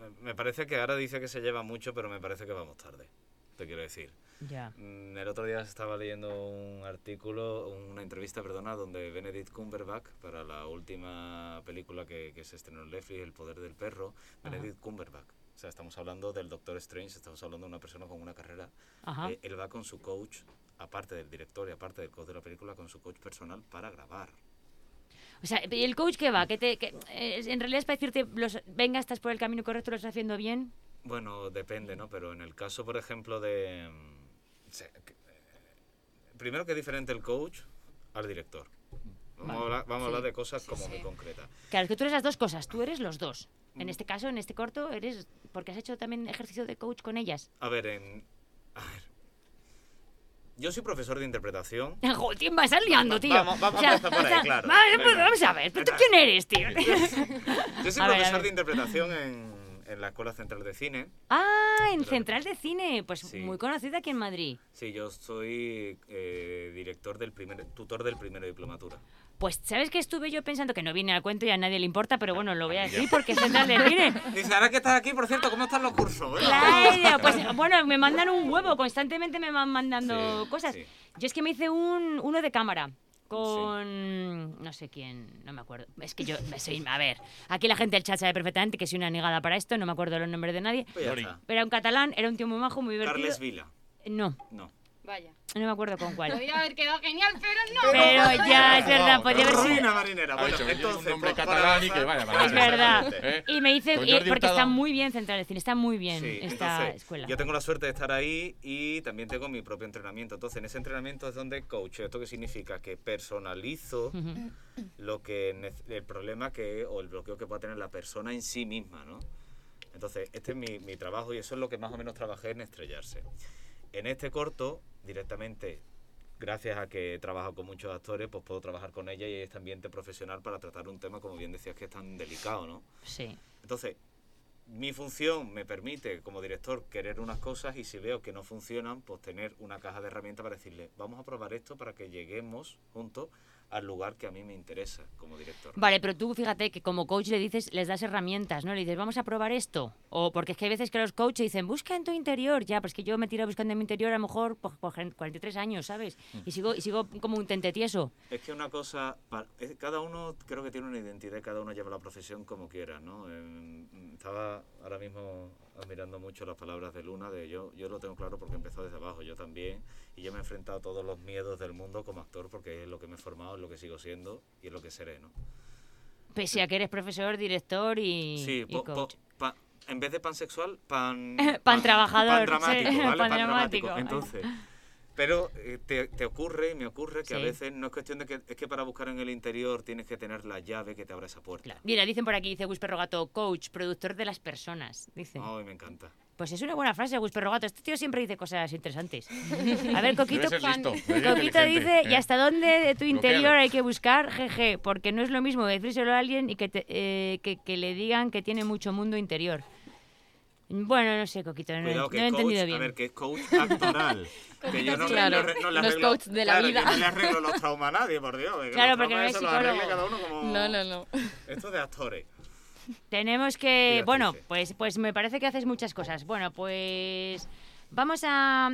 me- me parece que ahora dice que se lleva mucho, pero me parece que vamos tarde, te quiero decir.
Ya.
Mm, El otro día estaba leyendo un artículo, una entrevista, perdona, donde Benedict Cumberbatch, para la última película que, que se estrenó en Netflix, El Poder del Perro, Benedict Cumberbatch. O sea, estamos hablando del Doctor Strange, estamos hablando de una persona con una carrera.
Ajá.
Eh, él va con su coach, aparte del director y aparte del coach de la película, con su coach personal para grabar.
O sea, ¿y el coach qué va? Que te, que, eh, en realidad es para decirte, los, venga, estás por el camino correcto, lo estás haciendo bien.
Bueno, depende, ¿no? Pero en el caso, por ejemplo, de... mm, se- que- eh, Primero que es diferente el coach al director. Vamos, a, hablar, vamos a hablar de cosas como muy concretas.
Claro, es que tú eres las dos cosas, tú eres los dos.
Mm.
En este caso, en este corto, eres porque has hecho también ejercicio de coach con ellas.
A ver, en... A ver. Yo soy profesor de interpretación.
Joder, vas a ir liando, tío.
Vamos- vamos a empezar por ahí, claro.
Vale, pues
Venga.
vamos a ver, ¿pero tú quién eres, tío?
Yo soy
A ver, a
profesor
ver.
de interpretación en, en la Escuela Central de Cine.
ah, en Central de Cine, pues
Sí.
muy conocida aquí en Madrid.
Sí, yo soy eh, director del primer... tutor del primero de diplomatura.
Pues, ¿sabes qué estuve yo pensando? Que no viene al cuento y a nadie le importa, pero bueno, lo voy a decir porque es Central de Cine.
Dice, ahora que estás aquí, por cierto, ¿cómo están los cursos? eh?
Claro, pues bueno, me mandan un huevo, constantemente me van mandando
Sí,
cosas.
sí.
Yo es que me hice un, uno de cámara con no sé quién, no me acuerdo. Es que yo me soy, a ver, aquí la gente del chat sabe perfectamente que soy una negada para esto, no me acuerdo los nombres de nadie.
Pues ya
Nori.
está.
Era un catalán, era un tío muy majo, muy divertido.
Carles Vila.
No,
No.
Vaya.
no me acuerdo con cuál.
Podría haber quedado genial, pero no.
Pero ya es verdad,
No,
podía haber sido
Ruina marinera.
Ha
Bueno,
dicho que lleva un
entonces,
nombre
para
catalán y
avanzar-
que vaya,
Claro,
es verdad.
exactamente.
¿Eh?
Y me hice,
Con
y-
Jordi
porque está
Hurtado.
muy bien Central de Cine, está muy bien
Sí,
esta
entonces,
escuela.
Yo tengo la suerte de estar ahí y también tengo mi propio entrenamiento. Entonces, en ese entrenamiento es donde coach. ¿Esto qué significa? Que personalizo
Ujú.
lo que nec- el problema que o el bloqueo que pueda tener la persona en sí misma, ¿no? Entonces, este es mi, mi trabajo y eso es lo que más o menos trabajé en estrellarse. En este corto, directamente, gracias a que he trabajado con muchos actores, pues puedo trabajar con ella y este ambiente profesional para tratar un tema, como bien decías, que es tan delicado, ¿no?
Sí.
Entonces, mi función me permite, como director, querer unas cosas y si veo que no funcionan, pues tener una caja de herramientas para decirle, vamos a probar esto para que lleguemos juntos al lugar que a mí me interesa como director.
Vale, pero tú fíjate que como coach le dices, les das herramientas, ¿no? Le dices, vamos a probar esto. O porque es que hay veces que los coaches dicen, busca en tu interior. Ya, pues que yo me tiro buscando en mi interior a lo mejor por, por 43 años, ¿sabes? Y sigo, y sigo como un tente tieso.
Es que una cosa, pa- es- cada uno creo que tiene una identidad, y cada uno lleva la profesión como quiera, ¿no? Em, estaba ahora mismo admirando mucho las palabras de Luna, de yo, yo lo tengo claro porque empezó desde abajo, yo también, y yo me he enfrentado a todos los miedos del mundo como actor porque es lo que me he formado, es lo que sigo siendo y es lo que seré, ¿no?
Pese a que eres profesor, director y,
Sí,
y
po- po-
coach.
pa- en vez de pan sexual, pan...
Pan trabajador,
Pan dramático,
sí,
¿vale?
pan
Pan dramático.
dramático,
Entonces,
Pero eh, te, te ocurre y me ocurre que a
Sí.
veces no es cuestión de que. Es que para buscar en el interior tienes que tener la llave que te abra esa puerta.
Claro. Mira, dicen por aquí, dice Gus Perrogato, coach, productor de las personas. Dice.
Oh,
Ay, me encanta.
Pues es una buena frase, Gus Perrogato. Este tío siempre dice cosas interesantes. A ver, Coquito.
Debe ser listo. debe ser
Coquito
inteligente,
dice,
¿eh?
¿y hasta dónde de tu interior
Bloqueado.
hay que buscar? Jeje, porque no es lo mismo decírselo a alguien y que, te- eh, que, que le digan que tiene mucho mundo interior. Bueno, no sé, Coquito, no,
Cuidado
he-
que
no he
es coach,
entendido
a
bien.
ver, que es coach actoral. que yo no,
Claro,
no, no le
no es
arreglo-
coach de la
claro,
vida.
Yo no le arreglo los traumas a nadie, por Dios. que los
Claro, porque
traumas
no es
eso los arregle
psicólogo.
cada uno como-
No, no, no.
Esto es de actores.
Tenemos que...
Fíjate,
Bueno,
sí.
pues, pues me parece que haces muchas cosas. Bueno, pues... Vamos a...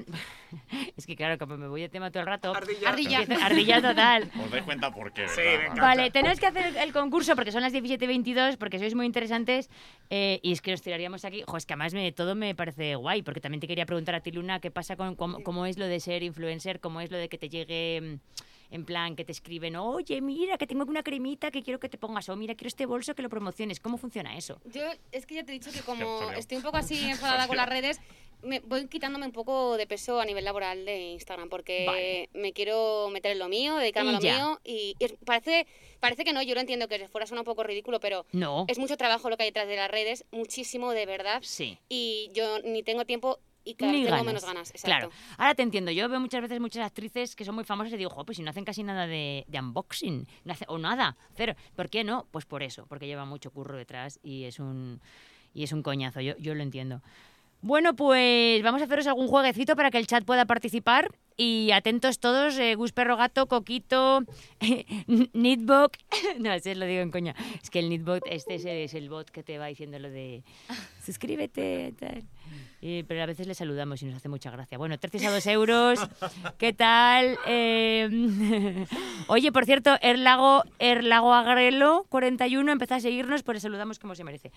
Es que claro, como me voy de tema todo el rato...
Ardilla.
Empiezo- Ardilla total.
Os dais cuenta por qué.
Sí,
¿verdad?
me encanta.
Vale, tenemos que hacer el concurso porque son las 17.22, porque sois muy interesantes eh, y es que os tiraríamos aquí. Jo, es que además me, todo me parece guay, porque también te quería preguntar a ti, Luna, qué pasa con cómo, cómo es lo de ser influencer, cómo es lo de que te llegue mm, en plan que te escriben, oye, mira, que tengo una cremita que quiero que te pongas, o mira, quiero este bolso que lo promociones. ¿Cómo funciona eso?
Yo es que ya te he dicho que como
Sorteo.
estoy un poco así enfadada con las redes, me voy quitándome un poco de peso a nivel laboral de Instagram porque
Vale.
me quiero meter en lo mío, dedicarme
Y
a lo
ya.
mío y, y es- parece parece que no, yo lo entiendo que fuera suena un poco ridículo, pero
No.
es mucho trabajo lo que hay detrás de las redes, muchísimo de verdad
Sí.
y yo ni tengo tiempo y cada
Ni
vez tengo
ganas.
menos ganas,
Claro,
exacto.
ahora te entiendo. Yo veo muchas veces muchas actrices que son muy famosas y digo, jo, pues si no hacen casi nada de, de unboxing no hace- o nada, cero. ¿Por qué no? Pues por eso, porque lleva mucho curro detrás y es un, y es un coñazo, yo, yo lo entiendo. Bueno, pues vamos a haceros algún jueguecito para que el chat pueda participar. Y atentos todos, eh, Gus Perro Gato, Coquito, Nitbot. no, ese lo digo en coña. Es que el Nitbot, este es el, es el bot que te va diciendo lo de suscríbete. Tal. Y- pero a veces le saludamos y nos hace mucha gracia. Bueno, 13 a 2 euros. ¿Qué tal? Eh, Oye, por cierto, Erlago, Erlago Agrelo, 41, empezó a seguirnos, pues le saludamos como se merece.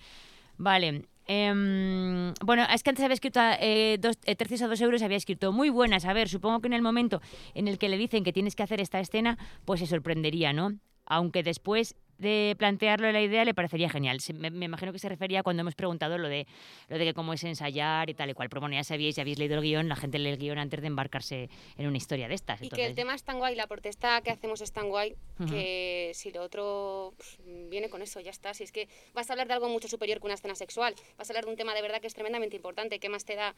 Vale. em, bueno, es que antes había escrito a, eh, dos, eh, tercios a dos euros, había escrito muy buenas. A ver, supongo que en el momento en el que le dicen que tienes que hacer esta escena, pues se sorprendería, ¿no? Aunque después de plantearlo la idea le parecería genial. Se- Me, me imagino que se refería cuando hemos preguntado lo de, lo de que cómo es ensayar y tal y cual. Pero bueno, ya sabíais, ya habéis leído el guión, la gente lee el guión antes de embarcarse en una historia de estas.
Y que
entonces-
el tema es tan guay, la protesta que hacemos es tan guay,
Ujú.
que si lo otro pues, viene con eso, ya está. Si es que vas a hablar de algo mucho superior que una escena sexual, vas a hablar de un tema de verdad que es tremendamente importante, que más te da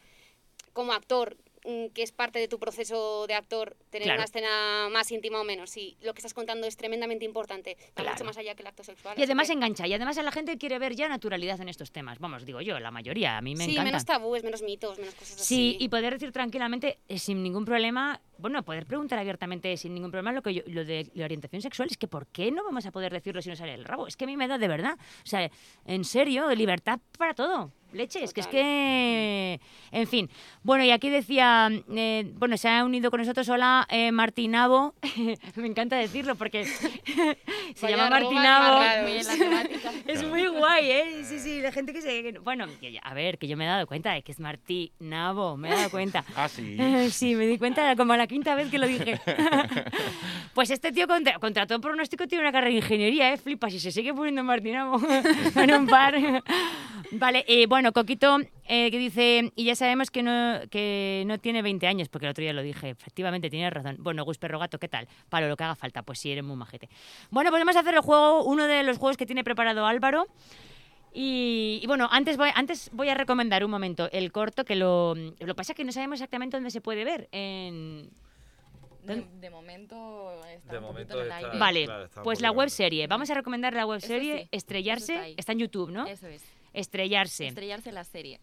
como actor, mm, que es parte de tu proceso de actor, tener
Claro.
una escena más íntima o menos. Y lo que estás contando es tremendamente importante, va
Claro.
mucho más allá que el acto sexual.
Y
así
además
que-
engancha, y además a la gente quiere ver ya naturalidad en estos temas. Vamos, digo yo, la mayoría, a mí me
sí,
encanta.
menos tabúes, menos mitos, menos cosas
Sí,
así.
y poder decir tranquilamente, eh, sin ningún problema, bueno, poder preguntar abiertamente sin ningún problema lo, que yo- lo de la orientación sexual, es que ¿por qué no vamos a poder decirlo si nos sale el rabo? Es que a mí me da de verdad, o sea, en serio, libertad para todo. Leches, que es
Total.
que... En fin. Bueno, y aquí decía, eh, bueno, se ha unido con nosotros, hola, eh, Martinabo. me encanta decirlo porque
Pues
se
Vaya
llama
arroba de
Martinabo.
Marrado.
Muy en la temática.
Es
Claro.
muy guay, ¿eh? Sí, sí, la gente que se... que no- Bueno, que ya- a ver, que yo me he dado cuenta de que es Martí Nabo, me he dado cuenta.
Ah, sí.
Sí, me di cuenta como la quinta vez que lo dije. Pues este tío contra, contra todo pronóstico tiene una carrera de ingeniería, ¿eh? Flipa, si se sigue poniendo Martinamo en un par. Vale, eh, bueno, Coquito eh, que dice, y ya sabemos que no, que no tiene 20 años, porque el otro día lo dije, efectivamente, tienes razón. Bueno, Gus Perro Gato, ¿qué tal? Para lo que haga falta, pues sí, eres muy majete. Bueno, pues vamos a hacer el juego, uno de los juegos que tiene preparado Álvaro. Y, y bueno, antes voy, antes voy a recomendar un momento el corto que lo. Lo que pasa es que no sabemos exactamente dónde se puede ver. En...
De, de momento está
De
un
momento
poquito en el
está-
aire.
vale,
claro, está un
pues
poco
la
grande.
web serie. Vamos a recomendar la web
Eso
serie
sí,
Estrellarse.
eso está ahí.
está, en YouTube, ¿no?
Eso es.
Estrellarse.
Estrellarse la serie.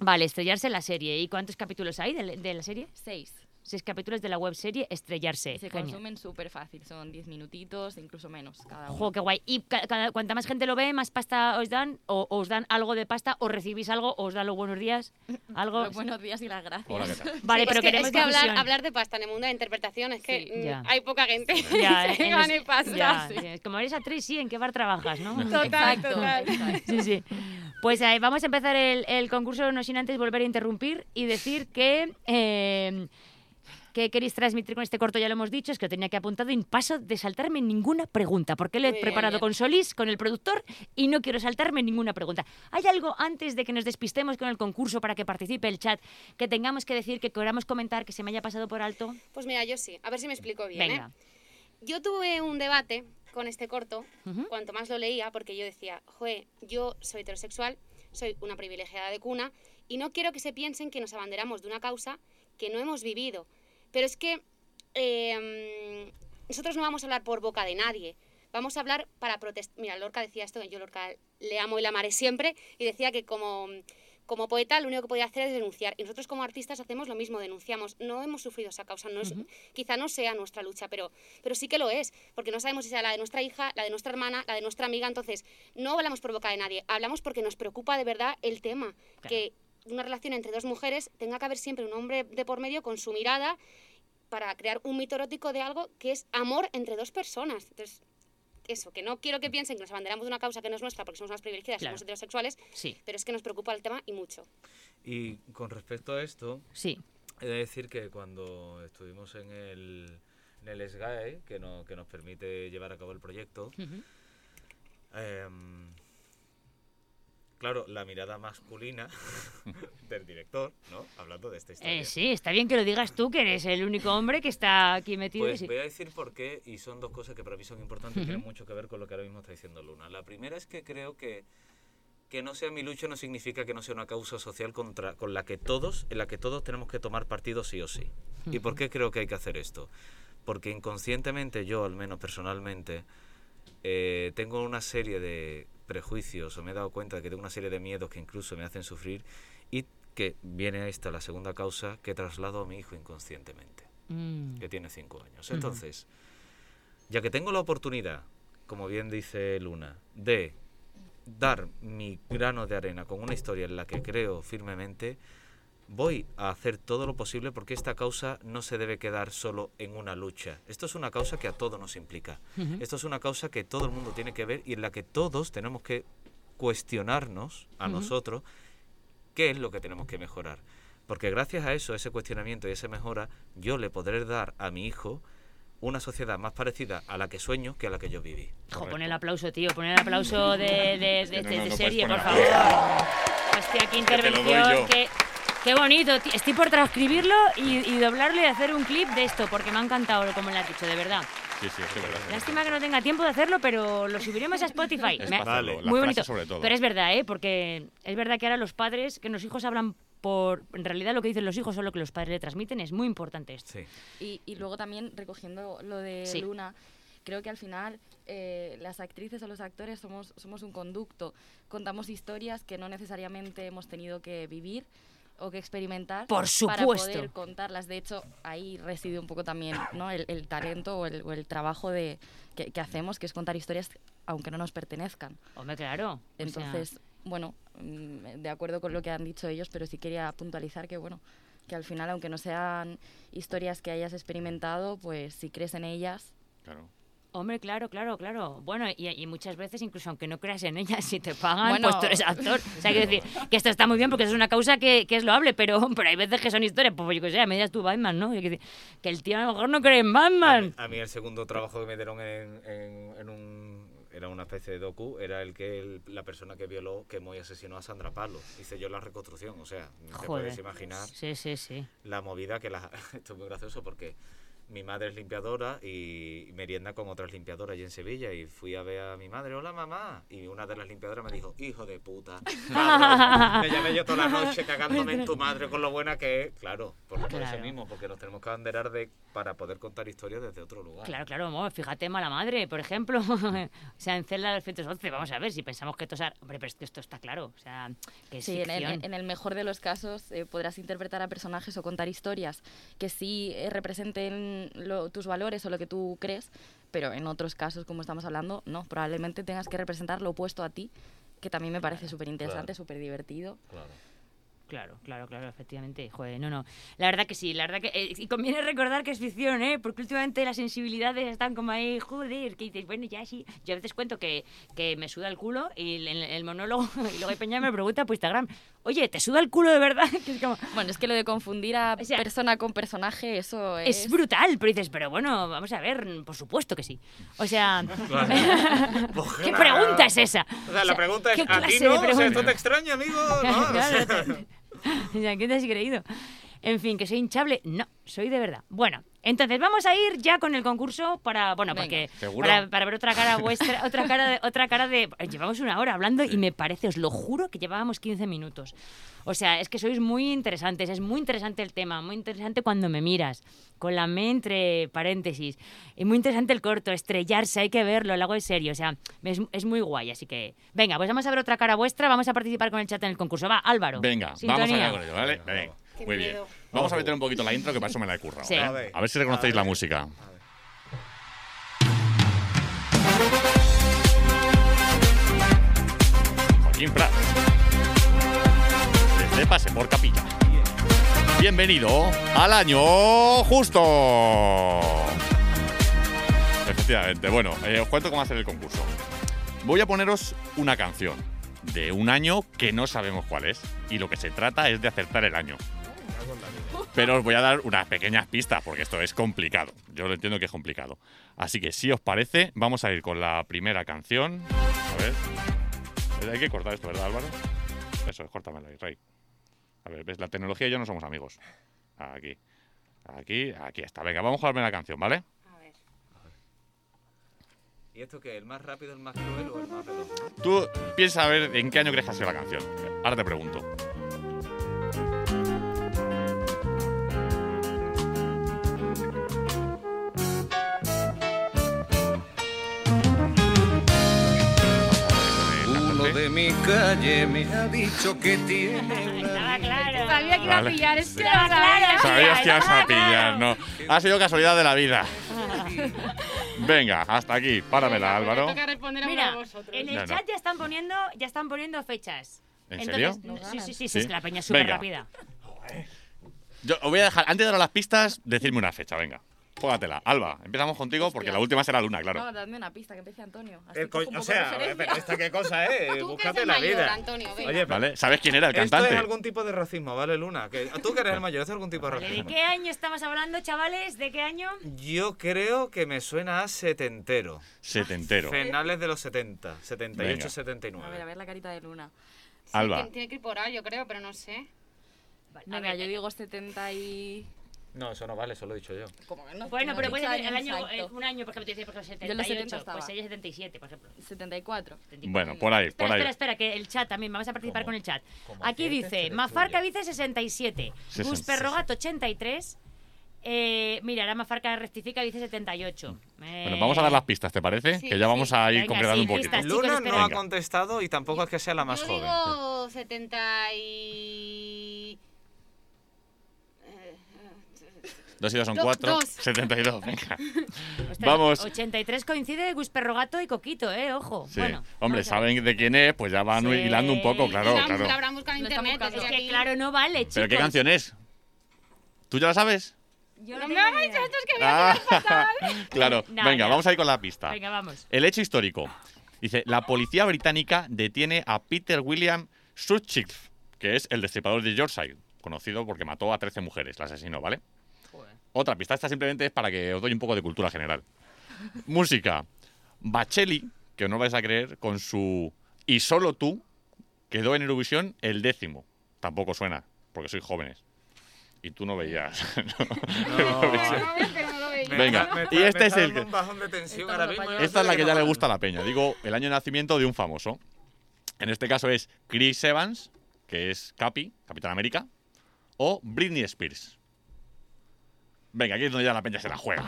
Vale, Estrellarse la serie. ¿Y cuántos capítulos hay de, la- de la serie?
Seis.
Seis capítulos de la web serie Estrellarse.
Y se
Eh, Genial.
consumen súper fácil. Son 10 minutitos, incluso menos cada uno.
Jo, qué guay. Y ca- cada- cuanta más gente lo ve, más pasta os dan, o, o os dan algo de pasta, o recibís algo, o os dan los buenos días, algo.
Los buenos días y las gracias.
Hola, ¿qué tal?
Vale,
Es
pero
que- es
queremos
que hablar,
difusión.
hablar de pasta en el mundo de interpretación es que
Sí,
mm,
ya.
hay poca gente
Ya,
que se
en
gane
los-
pasta.
ya,
Sí.
sí. Es Como eres actriz, sí, ¿en qué bar trabajas, no?
Total,
Exacto,
total.
exacto.
Sí, sí. Pues eh, vamos a empezar el, el concurso, no sin antes volver a interrumpir y decir que eh, que queréis transmitir con este corto, ya lo hemos dicho, es que lo tenía que apuntado y paso de saltarme ninguna pregunta, porque lo he
Muy bien,
preparado
bien.
con Solís, con el productor, y no quiero saltarme ninguna pregunta. ¿Hay algo antes de que nos despistemos con el concurso para que participe el chat que tengamos que decir, que queramos comentar, que se me haya pasado por alto?
Pues mira, yo sí. A ver si me explico bien. ¿eh?
Venga.
Yo tuve un debate con este corto,
Ujú.
cuanto más lo leía, porque yo decía, joe, yo soy heterosexual, soy una privilegiada de cuna, y no quiero que se piensen que nos abanderamos de una causa que no hemos vivido. Pero es que eh, mm, nosotros no vamos a hablar por boca de nadie, vamos a hablar para protestar. Mira, Lorca decía esto, yo Lorca le amo y la amaré siempre, y decía que como... Como poeta lo único que podía hacer es denunciar. Y nosotros como artistas hacemos lo mismo, denunciamos. No hemos sufrido esa causa, no es, quizá no sea nuestra lucha, pero, pero sí que lo es, porque no sabemos si sea la de nuestra hija, la de nuestra hermana, la de nuestra amiga. Entonces, no hablamos por boca de nadie, hablamos porque nos preocupa de verdad el tema,
Claro.
que una relación entre dos mujeres tenga que haber siempre un hombre de por medio con su mirada para crear un mito erótico de algo que es amor entre dos personas. Entonces, eso, que no quiero que piensen que nos abanderamos de una causa que no es nuestra porque somos más privilegiadas,
Claro.
somos heterosexuales,
Sí,
pero es que nos preocupa el tema y mucho.
Y con respecto a esto,
sí.
He de decir que cuando estuvimos en el, en el SGAE, E, que, no- que nos permite llevar a cabo el proyecto,
Ujú.
em, claro, la mirada masculina del director, ¿no? Hablando de esta historia.
Eh, sí, está bien que lo digas tú, que eres el único hombre que está aquí metido.
Pues
sí.
voy a decir por qué, y son dos cosas que para mí son importantes y tienen mucho que ver con lo que ahora mismo está diciendo Luna. La primera es que creo que que no sea mi lucha no significa que no sea una causa social contra, con la que todos, en la que todos tenemos que tomar partido sí o sí. ¿Y por qué creo que hay que hacer esto? Porque inconscientemente, yo al menos personalmente, eh, tengo una serie de prejuicios o me he dado cuenta de que tengo una serie de miedos que incluso me hacen sufrir y que viene esta, la segunda causa, que traslado a mi hijo inconscientemente
Mm,
que tiene cinco años. Entonces, ya que tengo la oportunidad, como bien dice Luna, de dar mi grano de arena con una historia en la que creo firmemente, voy a hacer todo lo posible porque esta causa no se debe quedar solo en una lucha. Esto es una causa que a todos nos implica. Esto es una causa que todo el mundo tiene que ver y en la que todos tenemos que cuestionarnos a nosotros qué es lo que tenemos que mejorar. Porque gracias a eso, ese cuestionamiento y esa mejora, yo le podré dar a mi hijo una sociedad más parecida a la que sueño que a la que yo viví.
jo, pon el aplauso, tío, pon el aplauso de, de- de-
pues que no,
de-
no,
de
no
serie, por
puedes
favor.
poner
Hostia, qué
te lo doy
intervención,
yo.
qué, qué bonito. tío. Estoy por transcribirlo y, y doblarlo y hacer un clip de esto, porque me ha encantado lo- como lo has dicho, de verdad.
Sí, sí, es que es verdad.
Lástima que no tenga tiempo de hacerlo, pero lo subiremos a Spotify.
Pues Es
Me ha-
para hacerlo, las
Muy
frases
bonito.
sobre todo.
Pero es verdad, ¿eh? Porque es verdad que ahora los padres, que los hijos hablan por... En realidad lo que dicen los hijos o lo que los padres le transmiten es muy importante esto.
Sí.
Y, y luego también recogiendo lo de
Sí.
Luna, creo que al final eh, las actrices o los actores somos, somos un conducto, contamos historias que no necesariamente hemos tenido que vivir o que experimentar
Por
para
supuesto.
poder contarlas. De hecho, ahí reside un poco también ¿no? el, el talento o el, o el trabajo de, que, que hacemos, que es contar historias aunque no nos pertenezcan.
Hombre, claro. o sea,
Entonces, bueno, mm, de acuerdo con lo que han dicho ellos, pero sí quería puntualizar que, bueno, que al final, aunque no sean historias que hayas experimentado, pues si crees en ellas,
Claro.
Hombre, claro, claro, claro. Bueno, y, y muchas veces, incluso aunque no creas en ella, si te pagan,
Bueno.
pues tú eres actor. O sea, quiero decir, que esto está muy bien porque es una causa que, que es loable, pero, pero hay veces que son historias, pues yo que sé, a medias tú Batman, ¿no? Quiero decir, Que el tío a lo mejor no cree en
A
Batman.
mí, a mí el segundo trabajo que me dieron en, en- en un... Era una especie de docu, era el que el- la persona que violó, quemó y asesinó a Sandra Palo. Hice yo la reconstrucción, o sea, te puedes imaginar
Sí, sí, sí.
la movida que la... Esto es muy gracioso porque mi madre es limpiadora y merienda con otras limpiadoras allí en Sevilla y fui a ver a mi madre, hola mamá, y una de las limpiadoras me dijo, hijo de puta, cabrón". me llamé yo toda la noche cagándome en tu madre con lo buena que es. Claro, por, por eso
Claro.
mismo, porque nos tenemos que abanderar de, para poder contar historias desde otro lugar.
Claro, claro, vamos, fíjate, mala madre, por ejemplo. o sea, en Celda 211, vamos a ver si pensamos que esto es. ar- Hombre, pero es que esto está claro. O sea, que es
sí, en, el,
ficción.
en el mejor de los casos eh, podrás interpretar a personajes o contar historias que sí eh, representen lo- tus valores o lo que tú crees, pero en otros casos, como estamos hablando, no, probablemente tengas que representar lo opuesto a ti, que también me parece súper interesante, súper divertido.
Claro, claro, claro, efectivamente. Joder, no, no. La verdad que sí, la verdad que. eh, y conviene recordar que es ficción, ¿eh? Porque últimamente las sensibilidades están como ahí, joder, que dices, bueno, ya sí. Yo a veces cuento que, que me suda el culo y el, el- el monólogo, y luego hay Peña que me pregunta por Instagram, oye, te suda el culo de verdad. Que es como,
Bueno, es que lo de confundir a
O sea,
persona con personaje, eso es...
es brutal, pero dices, pero bueno, vamos a ver, por supuesto que sí. O sea,
Pues
¿qué pregunta es esa?
O sea, la pregunta es,
¿qué
¿a ti
clase
no?
de
O sea,
pregunta?
¿esto te extraña, amigo? No, o
Claro,
sea,
te- o sea, ¿qué te has creído? En fin, que soy hinchable. No, soy de verdad. Bueno, entonces vamos a ir ya con el concurso para, bueno,
Venga.
porque
¿Seguro?
para, para ver otra cara vuestra, otra cara de, otra cara de. eh, Llevamos una hora hablando y me parece, os lo juro, que llevábamos 15 minutos. O sea, es que sois muy interesantes, es muy interesante el tema, muy interesante cuando me miras, con la me entre paréntesis, y muy interesante el corto, estrellarse, hay que verlo, lo hago en serio, o sea, es, es muy guay, así que, venga, pues vamos a ver otra cara vuestra, vamos a participar con el chat en el concurso, va, Álvaro.
Venga, vamos
sintonía.
allá con ello, ¿vale? Venga,
Qué
muy bien.
miedo.
Vamos a meter un poquito la intro, que para eso me la he currado.
Sí.
¿eh?
A
ver.
A ver si reconocéis la música. Joaquín Prat. Desde Pase por Capilla. Bienvenido al año justo. Efectivamente. Bueno, eh, os cuento cómo hacer el concurso. Voy a poneros una canción de un año que no sabemos cuál es. Y lo que se trata es de acertar el año. Pero os voy a dar unas pequeñas pistas porque esto es complicado. Yo lo entiendo que es complicado. Así que si os parece, vamos a ir con la primera canción. A ver. Hay que cortar esto, ¿verdad, Álvaro? Eso, córtamelo ahí, Rey. A ver, ves, la tecnología y yo no somos amigos. Aquí. Aquí, aquí está. Venga, vamos a jugarme la canción, ¿vale?
A ver.
¿Y esto qué? ¿El más rápido, el más cruel o el más veloz?
Tú piensa a ver en qué año crees que ha sido la canción. Ahora te pregunto.
Uno de mi calle me ha dicho que tiene
Estaba Ah, claro.
Sabía que iba a
Vale.
pillar, es que
Estaba claro.
Sabías que ibas a pillar, ¿no? Ha sido casualidad de la vida. Venga, hasta aquí. Páramela, Álvaro.
Toca responder a uno
Mira,
de vosotros.
en el
No, no.
chat ya están poniendo, ya están poniendo fechas.
¿En
Entonces,
serio?
Sí, sí, sí, sí,
¿Sí?
es que la peña es súper
Venga.
rápida.
Yo os voy a dejar, antes de dar las pistas, decirme una fecha, venga. Juégatela. Alba, empezamos contigo porque la última será Luna,
No,
claro. Eh,
dadme una pista, que empiece Antonio. Así
El
cojo
co-
un poco
Eh, o
de
sea, pero
referencia.
esta qué cosa, ¿eh?
Tú que
Búscate
eres el
la
mayor,
vida.
Antonio, venga.
Oye,
¿Vale? ¿Sabes quién era el
Esto
cantante?
es algún tipo de racismo, ¿vale, Luna? Que, tú que eres el mayor, esto es algún tipo de
Vale, ¿De
racismo.
qué año estamos hablando, chavales? ¿De qué año?
Yo creo que me suena a setentero.
Setentero.
Ah,
Finales de los 70, 78,
Venga.
A ver, a
79.
ver la carita de Luna.
Sí,
Alba.
tiene- Tiene que ir por ahí, yo creo, pero no sé.
Vale, a
Venga,
ver, eh.
yo digo 70 y...
No, eso no vale, eso lo he dicho yo.
¿Cómo que no?
eh, Bueno,
No
pero
sé
puede
el
ser el año,
exacto.
eh, un año, por ejemplo, te dice, por ejemplo,
Yo en los 70
78,
estaba.
pues ella es 77, por ejemplo.
74.
74.
Bueno, por ahí, por
Espera,
ahí.
espera, espera, que el chat también, vamos a participar
Como-
con el chat.
como
Aquí
aciertes,
dice,
te
Mafarca
destruye.
dice 67,
Sesen-
Gus Perrogat 83, eh, mira, ahora Mafarca rectifica dice 78.
Bueno, vamos a dar las pistas, ¿te parece?
Sí,
que ya vamos
sí.
a ir
Venga,
concretando
sí,
un poquito.
pistas. chicos,
Luna
espera.
no ha
Venga.
contestado y tampoco es que sea la más
yo
joven.
digo 70 y...
Dos y dos son
Dos,
cuatro.
dos.
72, venga.
Ostras,
Vamos.
83 coincide Gus Perrogato y Coquito, ¿eh? Ojo.
Sí.
Bueno,
Hombre,
vamos a ver.
saben de quién es, pues ya van
Sí.
hilando un poco, claro,
la,
claro.
la habrán buscado en
Lo están
internet.
buscando.
o sea,
Es que
aquí-
claro, no vale, chicos.
¿Pero qué canción es? ¿Tú ya la sabes?
Yo
No me
tengo ni
hagáis
idea.
esto, es que me
Ah, claro.
No,
venga,
no.
vamos a ir con la pista.
Venga, vamos.
El hecho histórico. Dice, la policía británica detiene a Peter William Sutcliffe, que es el destripador de Yorkshire, conocido porque mató a 13 mujeres, la asesinó, ¿vale? Otra pista, esta simplemente es para que os doy un poco de cultura general. Música. Bacheli, que no vais a creer, con su Y solo tú, quedó en Eurovisión el décimo. Tampoco suena, porque sois jóvenes. Y tú no veías.
No.
pero no lo veía.
Venga,
Me está-
y
me está
este es el
dando
que-
un bajón de tensión
Esto
ahora
no
mismo,
lo
yo no
Esta
sé
es la
de
que
qué
ya le
me
gusta a la peña. Digo, el año de nacimiento de un famoso. En este caso es Chris Evans, que es Capi, Capitán América, o Britney Spears. Venga, aquí es donde ya la peña se la juega.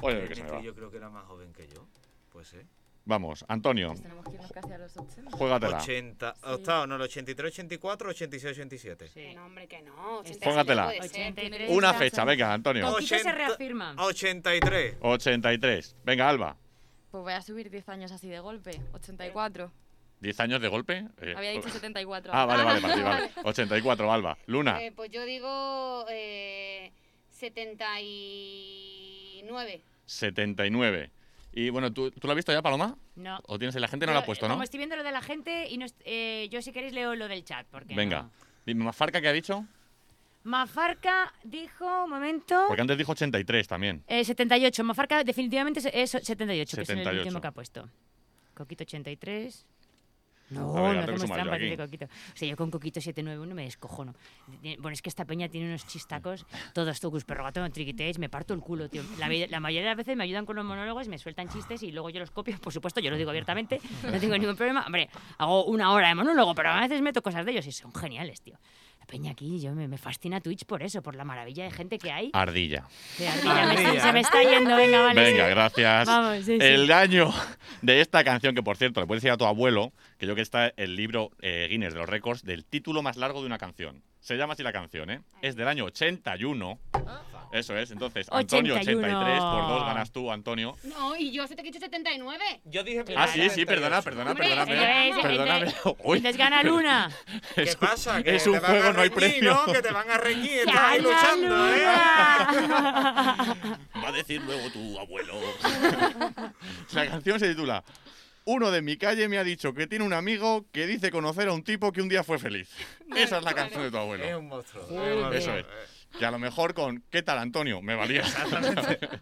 Oye,
hablan.
que se me
Este
va.
Yo creo que era más joven que yo. Pues, ¿eh?
Vamos, Antonio,
Pues tenemos que irnos casi a los 80.
juégatela.
80, octavo, no, el 83, 84, 86, 87.
Sí.
Que No, hombre, que no. 86
Este, Póngatela.
no puede ser.
83.
Una fecha, venga, Antonio.
Coquito se
Ochenta-
reafirma.
83.
83. Venga, Alba.
Pues voy a subir 10 años así de golpe. 84.
¿10 años de golpe? Eh,
Había dicho 74.
Ah, vale, vale, para ti, vale. 84, Alba. Luna,
Eh, pues yo digo eh, 79.
79. Y bueno, ¿tú, tú lo has visto ya, Paloma?
No.
¿O tienes la gente Este no la ha
Yo, eh,
puesto, no?
Como estoy viendo lo de la gente, y no est- eh, yo si queréis leo lo del chat. Porque
Venga.
no.
Dime, ¿Mafarca qué ha dicho?
Mafarca dijo, un momento,
Porque antes dijo 83 también.
eh, 78. Mafarca definitivamente es- es 78, que es el
78.
último que ha puesto. Coquito 83. No,
A
no
ver, la tengo que
hacemos
sumar yo
trampas,
aquí.
dice Coquito. O sea, yo con Coquito 791 me descojono. Tiene- Bueno, es que esta peña tiene unos chistacos, todos tocus, perrogato, triquiteis, me parto el culo, tío. La, vi- la mayoría de las veces me ayudan con los monólogos, me sueltan chistes y luego yo los copio, por supuesto, yo lo digo abiertamente, no tengo ningún problema. Hombre, hago una hora de monólogo, pero a veces meto cosas de ellos y son geniales, tío. La peña aquí, yo me, me fascina Twitch por eso, por la maravilla de gente que hay.
Ardilla.
Que a mí ya me está- se me está yendo, venga, vale.
Venga,
sí.
gracias.
Vamos, sí, sí.
El daño de esta canción, que por cierto, le puedes decir a tu abuelo, que yo que está el libro eh, Guinness de los récords del título más largo de una canción. Se llama así la canción, ¿eh? Es del año 81. Eso es, entonces, Antonio
81.
83, por dos ganas tú, Antonio.
No, y yo se te he dicho 79.
Yo dije
Ah, sí, sí, perdona, perdona,
Hombre,
perdóname.
eso es,
Perdóname.
entonces-
Uy,
Entonces gana Luna.
¿Qué
es un-
pasa? Que
es un
te van a
juego, no hay
reñir,
premio.
¿no? Que te van a reñir, estás
¡Gana
ahí luchando, ¿eh?
Luna!
Va a decir luego tu abuelo. La canción se titula Uno de mi calle me ha dicho que tiene un amigo que dice conocer a un tipo que un día fue feliz. Esa es la canción de tu
Es
Eh,
abuelo.
un monstruo.
Joder.
es un monstruo.
Eso es. Que a lo mejor con ¿Qué tal, Antonio? Me valía.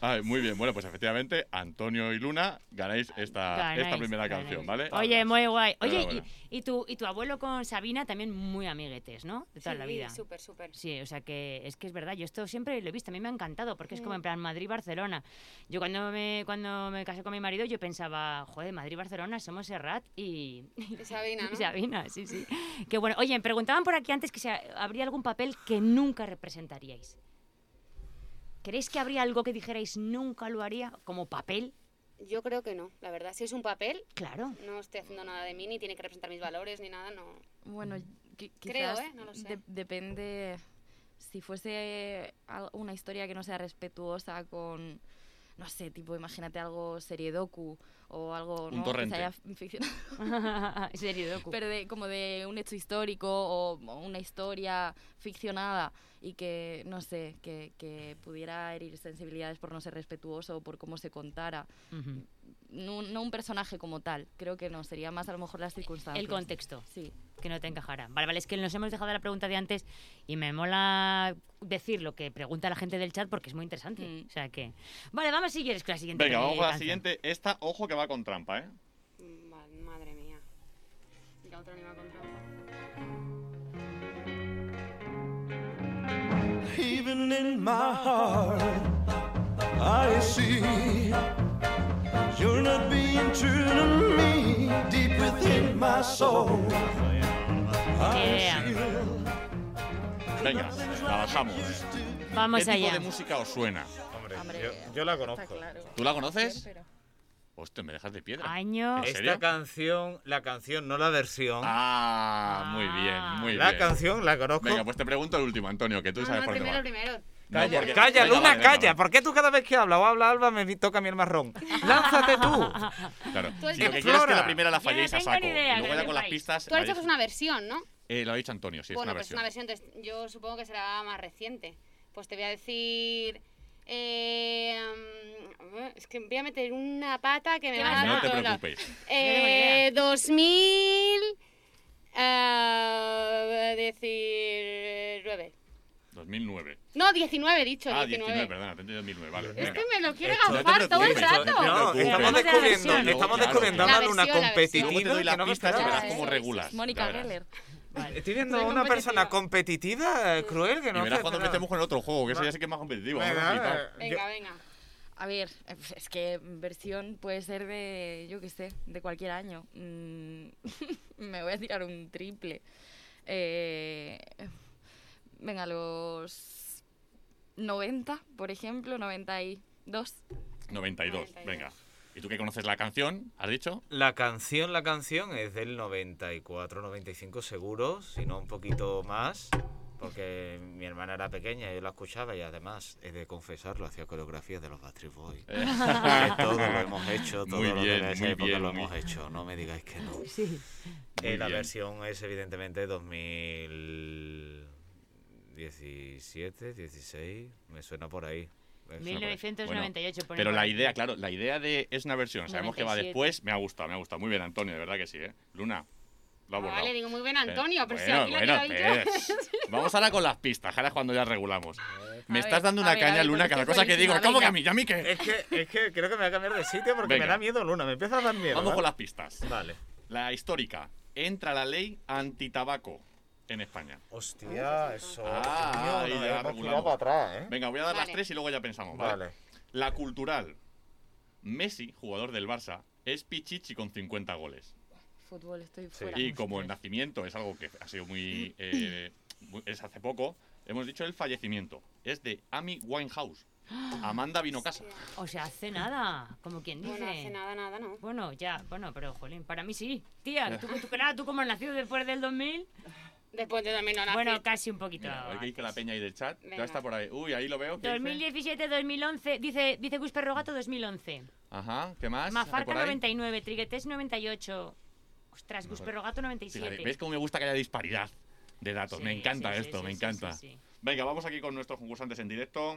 Ay, muy bien, bueno, pues efectivamente, Antonio y Luna ganáis esta,
Ganáis,
esta primera
ganáis.
canción, ¿vale?
Oye, muy guay. Oye,
Enhorabuena.
y, y tu, y tu abuelo con Sabina también muy amiguetes, ¿no? De toda la
Sí,
vida.
Súper, súper.
Sí, o sea que es que es verdad, yo esto siempre lo he visto, a mí me ha encantado, porque es como
Mm.
en plan Madrid-Barcelona. Yo cuando me, cuando me casé con mi marido, yo pensaba, joder, Madrid-Barcelona, somos Serrat y,
Y Sabina,
y
¿no?
Sabina, sí, sí. Qué bueno. Oye, me preguntaban por aquí antes que si habría algún papel que nunca representaríais. ¿Creéis que habría algo que dijerais nunca lo haría como papel?
Yo creo que no, la verdad. Si es un papel,
Claro.
no estoy haciendo nada de mí, ni tiene que representar mis valores, ni nada, no.
Bueno, qui-
Creo,
quizás
¿eh? No lo sé.
de- depende si fuese al- una historia que no sea respetuosa con no sé, tipo imagínate algo serie docu o algo
Un
¿no? que se
torrente.
haya ficcionado,
Serio, docu.
pero de, como de un hecho histórico o, o una historia ficcionada y que no sé, que, que pudiera herir sensibilidades por no ser respetuoso o por cómo se contara,
Ujú.
no, no un personaje como tal, creo que no, sería más a lo mejor las
Ah,
circunstancias.
El contexto.
Sí.
que no te encajara. Vale, vale, es que nos hemos dejado la pregunta de antes y me mola decir lo que pregunta la gente del chat porque es muy interesante.
Mm.
O sea que. Vale, vamos si quieres con la siguiente.
Venga, vamos
eh,
con la
canción.
siguiente. Esta, ojo que va con trampa, ¿eh?
Mm, va- Madre mía. Ya otro ni me ha contado.
Even in my heart, I see you're not being true to me. Deep within my soul,
Qué idea.
Ah, Venga, la bajamos.
Vamos
¿Qué tipo
allá.
de música os suena?
Hombre,
Hombre,
yo, yo la conozco.
¿Tú la conoces? Hostia, me dejas de piedra.
Año.
¿En
Esta
serio?
canción, la canción, no la versión.
Ah, muy bien, muy
la
bien.
canción la conozco.
Venga, pues te pregunto el último, Antonio, que tú
No,
sabes
Ah, no,
por
primero,
qué. va.
primero.
No,
Calla,
porque-
calla,
venga,
Luna,
vale, venga,
calla.
vale.
¿Por qué tú cada vez que habla o habla Alba me toca a mí el marrón? ¡Lánzate tú!
Claro.
Tú has
Si lo
dicho-
que quieres es que la
Flora.
primera la
Yo no
falléis a
tengo
saco.
ni idea,
y
que
luego ya
lo
con las
sepáis.
pistas.
Tú has dicho
la
que es
habéis-
una versión, ¿no?
Eh, lo ha dicho Antonio, sí, es
bueno,
una
pues
versión.
es una versión, entonces yo supongo que será más reciente. Pues te voy a decir. eh, mm, es que voy a meter una pata que me
¿Qué
va a
vas
dar.
a
No
por
te
todos lados.
preocupes.
Eh, 2000. eh, decir. 9.
2009.
No, 19 he dicho.
Ah,
19.
19, perdona, te he entendido 2009, vale.
Es
venga.
que me lo quiero
Esto-
no te
gafar todo el
preocupes, esto-
rato.
no,
No,
preocupes.
estamos
Hablamos de la
descubriendo,
versión.
estamos
Claro,
descubriendo
claro.
a una
La versión, la versión.
Luego
competitiva.
te doy
que no
las
me
pistas y
esperaba.
verás
Ah,
cómo
eso,
regulas. ya
Mónica
verás.
Geller.
Estoy viendo
Soy
a una
competitiva.
persona competitiva, eh, cruel, que
Y
no
verás
se
cuando
espera.
empecemos con el otro juego, que eso
Va.
ya sé que es más competitivo. vamos a flipar.
Venga, eh, yo-
Venga, venga.
A ver, es que versión puede ser de, yo qué sé, de cualquier año. Mm, me voy a tirar un triple. Eh, venga, los 90, por ejemplo, 92.
92,
92.
venga. ¿Y tú que conoces la canción? ¿Has dicho?
La canción, la canción es del 94, 95 seguro, si no un poquito más, porque mi hermana era pequeña, yo la escuchaba y además, he de confesarlo, hacía coreografías de los Backstreet Boys.
Eh,
Que todo lo hemos hecho, todo
Muy
lo
bien,
de esa
muy
época
bien,
lo
muy
hemos
bien.
hecho, no me digáis que no.
Sí.
Muy
Eh, la
bien.
versión es evidentemente 2017, 16, me suena por ahí.
Es una cosa-
1998. pone
Pero
por
la
aquí.
idea, claro, la idea de es una versión. Sabemos que va
97.
después. Me ha gustado, me ha gustado. Muy bien, Antonio, de verdad que sí, ¿eh? Luna, lo ha
Ah,
borrado.
vale, digo muy bien Antonio, pero si
Bueno,
aquí la
bueno, pues.
he quedado yo.
pero- Vamos ahora con las pistas, ahora es cuando ya regulamos. Me
A
estás
ver,
dando
a
una
ver, a
caña,
ver,
Luna,
porque
cada
estoy
cosa que digo.
buenísima,
¿Cómo que a mí? ¿Y
venga.
a mí qué?
Es que, es que creo que me voy a cambiar de sitio porque
Venga.
me da miedo Luna, me empieza a dar miedo.
Vamos con
¿vale?
las pistas.
Vale.
La histórica. Entra la ley antitabaco en España.
Hostia, eso.
Ah,
Dios mío,
ahí
nos
ya
hemos
regulamos.
tirado para atrás, ¿eh?
Venga, voy a dar las
Vale.
tres y luego ya pensamos. ¿vale?
Vale.
La cultural. Messi, jugador del Barça, es pichichi con 50 goles.
Fútbol, estoy fuera.
Y como el nacimiento es algo que ha sido muy. eh, muy- es hace poco, hemos dicho el fallecimiento. Es de Amy Winehouse, Amanda Vinocasa.
O sea, hace nada, como quien dice.
Bueno, hace nada, nada, ¿no?
Bueno, ya, bueno, pero jolín, para mí sí. Tía, ¿tú, tú, claro, tú como has nacido después del 2000.
Después yo también no nací.
Bueno, casi un poquito.
Mira, a ver qué dice la peña ahí del chat. Ya
Venga.
está por ahí. Uy, ahí lo veo. ¿qué dice?
2017-2011, dice, dice Gus Perrogato 2011.
Ajá, ¿qué más?
Mafarca
¿Por ahí?
99, Triguetes 98. Ostras, Gus
No.
Perrogato
Fíjate,
97.
¿Ves cómo me gusta que haya disparidad de datos? me
Sí,
encanta
sí, sí,
esto,
sí,
me
sí,
encanta.
sí, sí.
Venga, vamos aquí con nuestros concursantes en directo.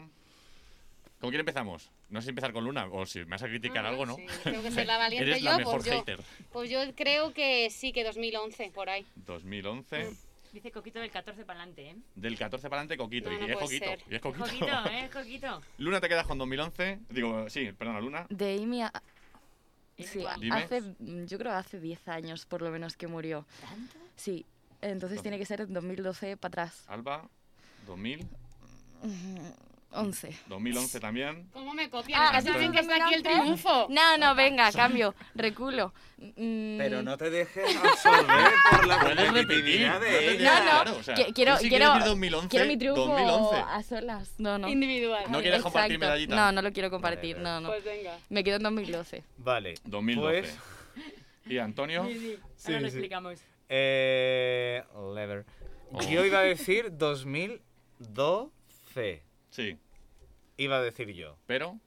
¿Con quién empezamos? No sé si empezar con Luna o si me vas a criticar
Ah,
algo, ¿no?
sí, tengo que ser la valiente
Eres la
yo,
mejor
pues yo.
hater.
Pues yo creo que sí, que 2011, por ahí.
2011.
Dice Coquito del 14 para adelante, ¿eh?
Del 14 para adelante, Coquito.
No,
y,
no
es
puede
Coquito.
ser.
y es Coquito.
Coquito, ¿eh? Coquito.
Luna, te quedas con 2011. Digo, sí, perdona, Luna.
De Amy a- Sí,
Dime.
hace, mm, yo creo que hace 10 años por lo menos que murió. Sí, entonces tiene que ser en 2012 para atrás.
Alba, 2000.
11.
2011 también.
¿Cómo me copian? Ah,
entonces-
que está aquí el triunfo.
No, no, venga, cambio, reculo. Mm,
Pero no te dejes absorber por la
Puedes repetir.
competitividad
puedes
de
repetir,
No, no,
ella.
claro, o sea,
qui- quiero,
tú sí quieres
quiero,
decir 2011,
quiero mi triunfo
2011.
a solas. No, no.
Individual.
No quieres compartir
Exacto.
medallita.
No, no lo quiero compartir, no, no.
Pues venga.
Me quedo en 2012.
Vale.
2012.
Pues,
¿Y Antonio?
Ahora lo
sí.
explicamos.
eh, Lever.
Oh.
Yo iba a decir 2012.
Sí,
Iba a decir yo.
pero.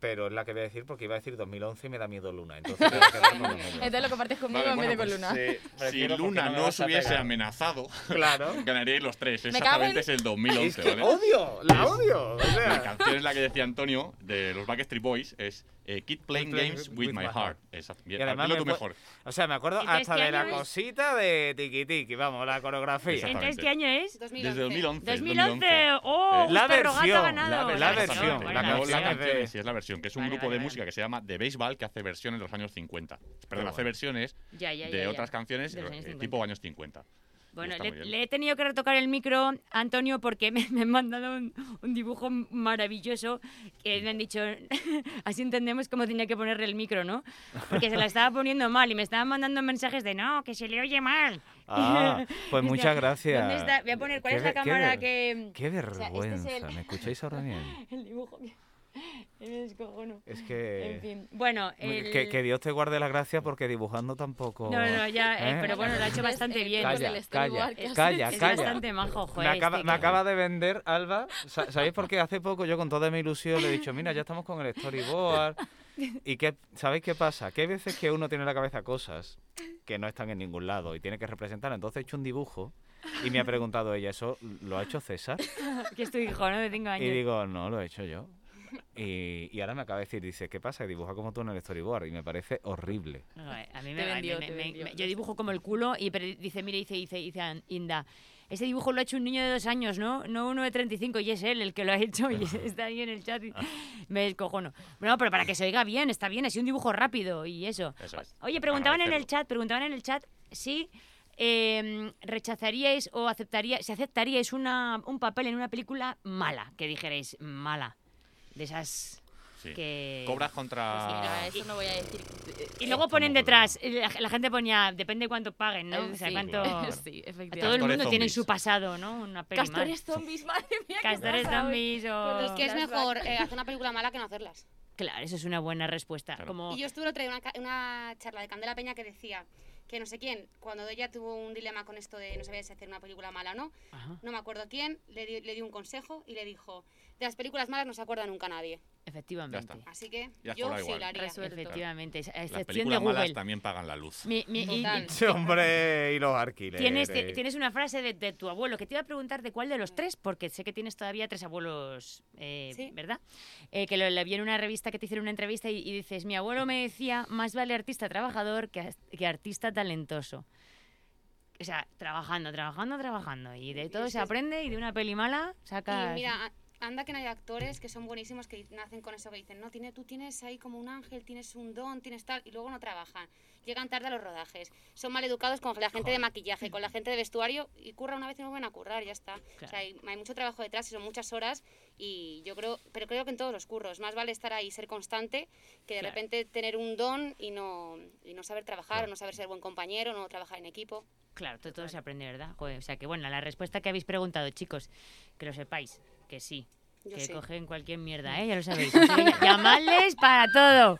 Pero es la que voy a decir porque iba a decir 2011 y me da miedo Luna. Entonces me voy a quedar con 2011.
Entonces lo compartes conmigo
Vale,
en vez de con
bueno,
Luna.
pues, eh, si
prefiero porque
Luna
no me
no
vas
se
a
hubiese
pegar.
amenazado,
Claro.
ganaríais los tres.
Me cago en-
Exactamente es el
Es
2011,
que
¿vale?
odio, la odio. O
La
sea,
canción es la que decía Antonio de los Backstreet Boys, es eh, Keep Playing
playing
Games
with
with
my
My Heart.
heart.
Exacto.
Y
Bien,
además
hazlo
me
tú
acu-
mejor.
O sea, me acuerdo
Entonces,
hasta
¿qué
de la
este año es?
cosita de Tiki Tiki, vamos, la coreografía.
¿Entonces qué año es?
2011.
Desde
eh,
2011.
2011.
2011.
¡Oh!
Eh,
La
Gus Perrogato
versión,
ha ganado.
la- la versión,
bueno,
Ah, la, canción,
la canción
la
es de-
canción en sí, es la versión, que es un
Vale,
grupo
vale,
de
vale.
música que se llama The Baseball que hace versiones de los años 50. Perdón,
bueno.
hace versiones
Ya, ya, ya,
de
ya.
otras canciones
De los
eh,
años 50.
tipo años 50.
Bueno,
Está
le,
muy bien.
le he tenido que retocar el micro, Antonio, porque me, me han mandado un, un dibujo maravilloso que me han dicho, así entendemos cómo tenía que ponerle el micro, ¿no? Porque se la estaba poniendo mal y me estaban mandando mensajes de, no, que se le oye mal.
Ah, pues
O sea,
muchas gracias.
Este ¿dónde está? Voy a poner, ¿cuál
Qué
es la
ver- qué
cámara
ver-
que...?
Qué
este es el-
vergüenza, ¿me escucháis ahora bien?
El dibujo que... Me descojono.
Es
En
que...
fin, bueno, el...
que... que Dios te guarde la gracia porque dibujando tampoco...
No, no, ya, eh,
¿Eh?
pero bueno, lo ha hecho bastante bien.
Calla,
el
calla,
storyboard que hace.
calla,
es
calla.
bastante majo,
Me
joder,
acaba,
este
me
que-
acaba de vender, Alba. Sa- ¿Sabéis por qué? Hace poco yo con toda mi ilusión le he dicho, mira, ya estamos con el storyboard. ¿Y qué, sabéis qué pasa? Que hay veces que uno tiene en la cabeza cosas que no están en ningún lado y tiene que representar. Entonces he hecho un dibujo y me ha preguntado ella, ¿eso lo ha hecho César?
Que es tu hijo, ¿no? De cinco años.
Y digo, no, lo he hecho yo. Y, y ahora me acaba de decir, dice, ¿qué pasa? Que dibuja como tú en el storyboard. Y me parece horrible.
No, eh, a mí
Te
me, a mí
vendió,
me-
te
me-
vendió.
me- yo dibujo como el culo y pero dice, mire, dice, dice, dice An- Inda, ese dibujo lo ha hecho un niño de dos años, ¿no? No uno de 35 y es él el que lo ha hecho y está ahí en el chat y me descojono. Bueno, pero para que se oiga bien, está bien, es un dibujo rápido y eso.
Eso es.
Oye, preguntaban en el
Agradecerlo.
chat, preguntaban en el chat si eh, rechazaríais o aceptaríais, si aceptaríais una, un papel en una película mala, que dijerais mala, de esas
Sí.
que...
Cobras contra...
Sí, no, eso no voy a decir. eh,
Y luego ponen detrás, eh, la, la gente ponía, depende cuánto paguen, ¿no?
eh,
O sea,
sí.
cuánto...
sí,
Todo el
Castores
mundo
efectivamente.
tiene en
zombies.
su pasado, ¿no? Una peli más.
Castores zombies, madre mía. ¿qué
Castores
pasa hoy?
zombies o...
Pues que es
Flashback.
mejor eh, hacer una película mala que no hacerlas.
Claro, eso es una buena respuesta.
Claro.
Como...
Y yo estuve otra vez en una, ca- en una charla de Candela Peña que decía que no sé quién, cuando ella tuvo un dilema con esto de no sabía si hacer una película mala o no,
Ajá.
no me acuerdo quién, le dio le dio un consejo y le dijo, de las películas malas no se acuerda nunca nadie.
Efectivamente.
Ya está.
Así que
Ya
yo
cobra
sí
igual.
lo haría.
Resuelve. Suelto.
Efectivamente, a
Las
excepción de
películas malas
Google.
también pagan la luz.
Mi- mi- y-
Total.
y-
Sí, hombre, y los alquileres.
tienes, ti- tienes una frase de, de tu abuelo que te iba a preguntar de cuál de los tres, porque sé que tienes todavía tres abuelos, eh,
Sí.
¿verdad? Eh, que lo, la vi en una revista que te hicieron una entrevista y, y dices, mi abuelo me decía, más vale artista trabajador que, as- que artista talentoso. O sea, trabajando, trabajando, trabajando. Y de todo
es
se
que-
aprende y de una peli mala sacas...
Y mira, a- anda que no hay actores que son buenísimos que nacen con eso que dicen, no, tiene, tú tienes ahí como un ángel, tienes un don, tienes tal, y luego no trabajan. Llegan tarde a los rodajes, son mal educados con la gente de maquillaje, con la gente de vestuario, y curra una vez y no vuelven a currar, ya está. O
Claro.
sea, hay, hay mucho trabajo detrás y son muchas horas, y yo creo, pero creo que en todos los curros, más vale estar ahí, ser constante, que de
Claro.
repente tener un don y no, y no saber trabajar,
Claro.
o no saber ser buen compañero, no trabajar en equipo.
Claro, to- todo se aprende, ¿verdad? Joder, o sea, que bueno, la respuesta que habéis preguntado, chicos, que lo sepáis, que sí.
Yo
que
sí. Mm.
cogen cualquier mierda, ¿eh? Ya lo sabéis. Así que Llamadles para todo.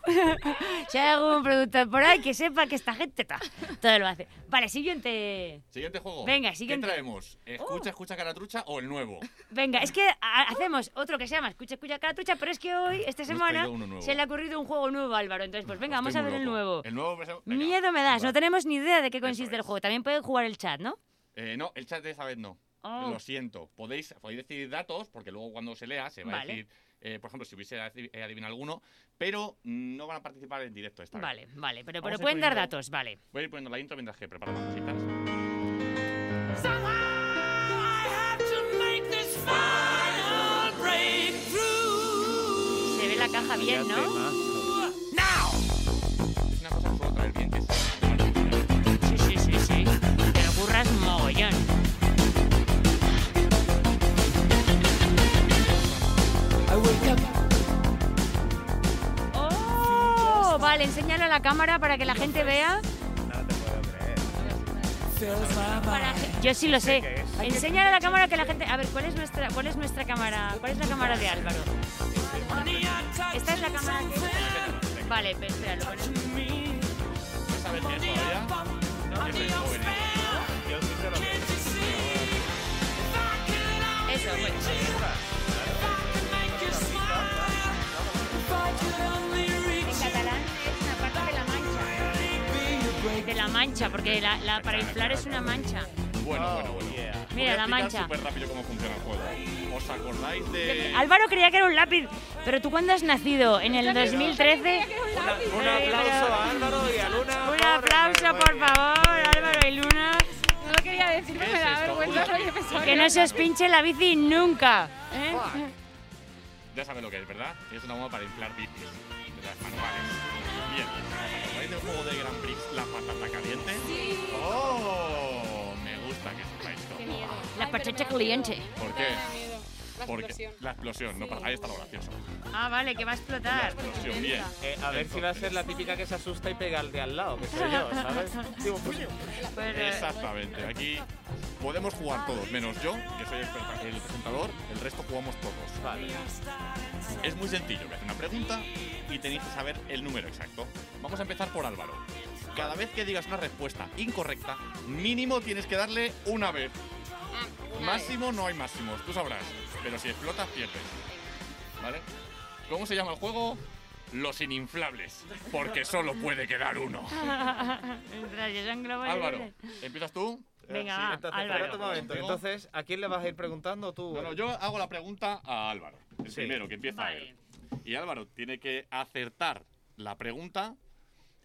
si hay algún productor por ahí, que sepa que esta gente está. Todo lo hace. Vale, siguiente.
Siguiente juego.
Venga, siguiente. Uh.
¿Qué traemos? ¿Escucha, escucha caratrucha o el nuevo?
Venga, es que ha- hacemos otro que se llama Escucha, escucha, catrucha, pero es que hoy, esta
No he
semana,
traído uno nuevo.
se le ha ocurrido un juego nuevo, Álvaro. Entonces, pues venga, vamos
Estoy
a
muy
ver el
loco.
nuevo.
El nuevo, pero- venga.
Miedo me das,
Va.
no tenemos ni idea de qué consiste
es.
el juego. También pueden jugar el chat, ¿no?
Eh, no, el chat de esa vez no.
Oh.
Lo siento. Podéis, podéis decidir datos, porque luego cuando se lea se va
Vale.
a decir, eh, por ejemplo, si hubiese adi- eh, adivinado alguno, pero no van a participar en directo esta vez.
Vale, vale, pero, pero
Vamos a ir
pueden dar
poniendo-
datos, vale.
Voy a ir poniendo la intro mientras que preparo las cositas.
Se ve la caja bien, ¿no?
Es una cosa que suelo traer bien, que es...
Sí, sí, sí, sí. Te lo curras mogollón. ¡Oh! Vale, enséñalo a la cámara para que la gente vea. Para que- Yo sí lo sé. Enséñalo a la cámara que la gente. A ver, ¿cuál es nuestra, cuál es nuestra cámara? ¿Cuál es la cámara de Álvaro? Este, Esta es la cámara que. Vale, pero espera, lo pones.
¿No sabes qué es todavía? Yo soy joven.
Eso, bueno. En catalán es una parte de la mancha. De la mancha, porque la, la- para inflar es una mancha.
Bueno, bueno, bueno. Voy
Oh, Mira,
a
la
explicar
mancha.
súper rápido cómo funciona el juego. ¿Os acordáis de...?
Álvaro creía que era un lápiz, pero tú cuándo has nacido? ¿En el 2013?
Un aplauso a Álvaro y a Luna.
Un aplauso, por favor, Álvaro y Luna.
No lo quería decir,
¿Qué me es da esto? vergüenza, Uy.
Que no se os pinche la bici nunca. ¿eh?
Ya sabes lo que es, ¿verdad? Es una bomba para inflar bicis de las manuales. Bien, ¿os acordáis del juego de Grand Prix La Patata Caliente? Sí. ¡Oh! Me gusta que sepáis esto.
Qué miedo.
La
Ay, pero
patata
me da miedo.
caliente.
¿Por
Me
qué?
da miedo. La
Porque
explosión.
la explosión, no, ahí está lo gracioso.
Ah, vale, que va a
La
explotar.
explosión, bien.
Eh, a ver si va a ser la típica que se asusta y pega al de al lado, que soy yo, ¿sabes? Digo, coño.
Pero-
Exactamente, aquí podemos jugar todos, menos yo, que soy el pre- el presentador, el resto jugamos todos.
Vale.
Es muy sencillo, me hace una pregunta y tenéis que saber el número exacto. Vamos a empezar por Álvaro. Cada vez que digas una respuesta incorrecta, mínimo tienes que darle una vez.
Ah, una vez.
Máximo no hay máximos, tú sabrás. Pero si explotas, pierdes. ¿Vale? ¿Cómo se llama el juego? Los ininflables. Porque solo puede quedar uno.
eh, Rayos, son globos
Álvaro,
verdes.
¿empiezas tú? Eh,
Venga,
Sí,
va,
entonces, espérate
Álvaro.
un momento. Entonces, ¿a quién le vas a ir preguntando tú?
Bueno, yo hago la pregunta a Álvaro. El
Sí.
primero que empieza a
Vale.
él. Y Álvaro tiene que acertar la pregunta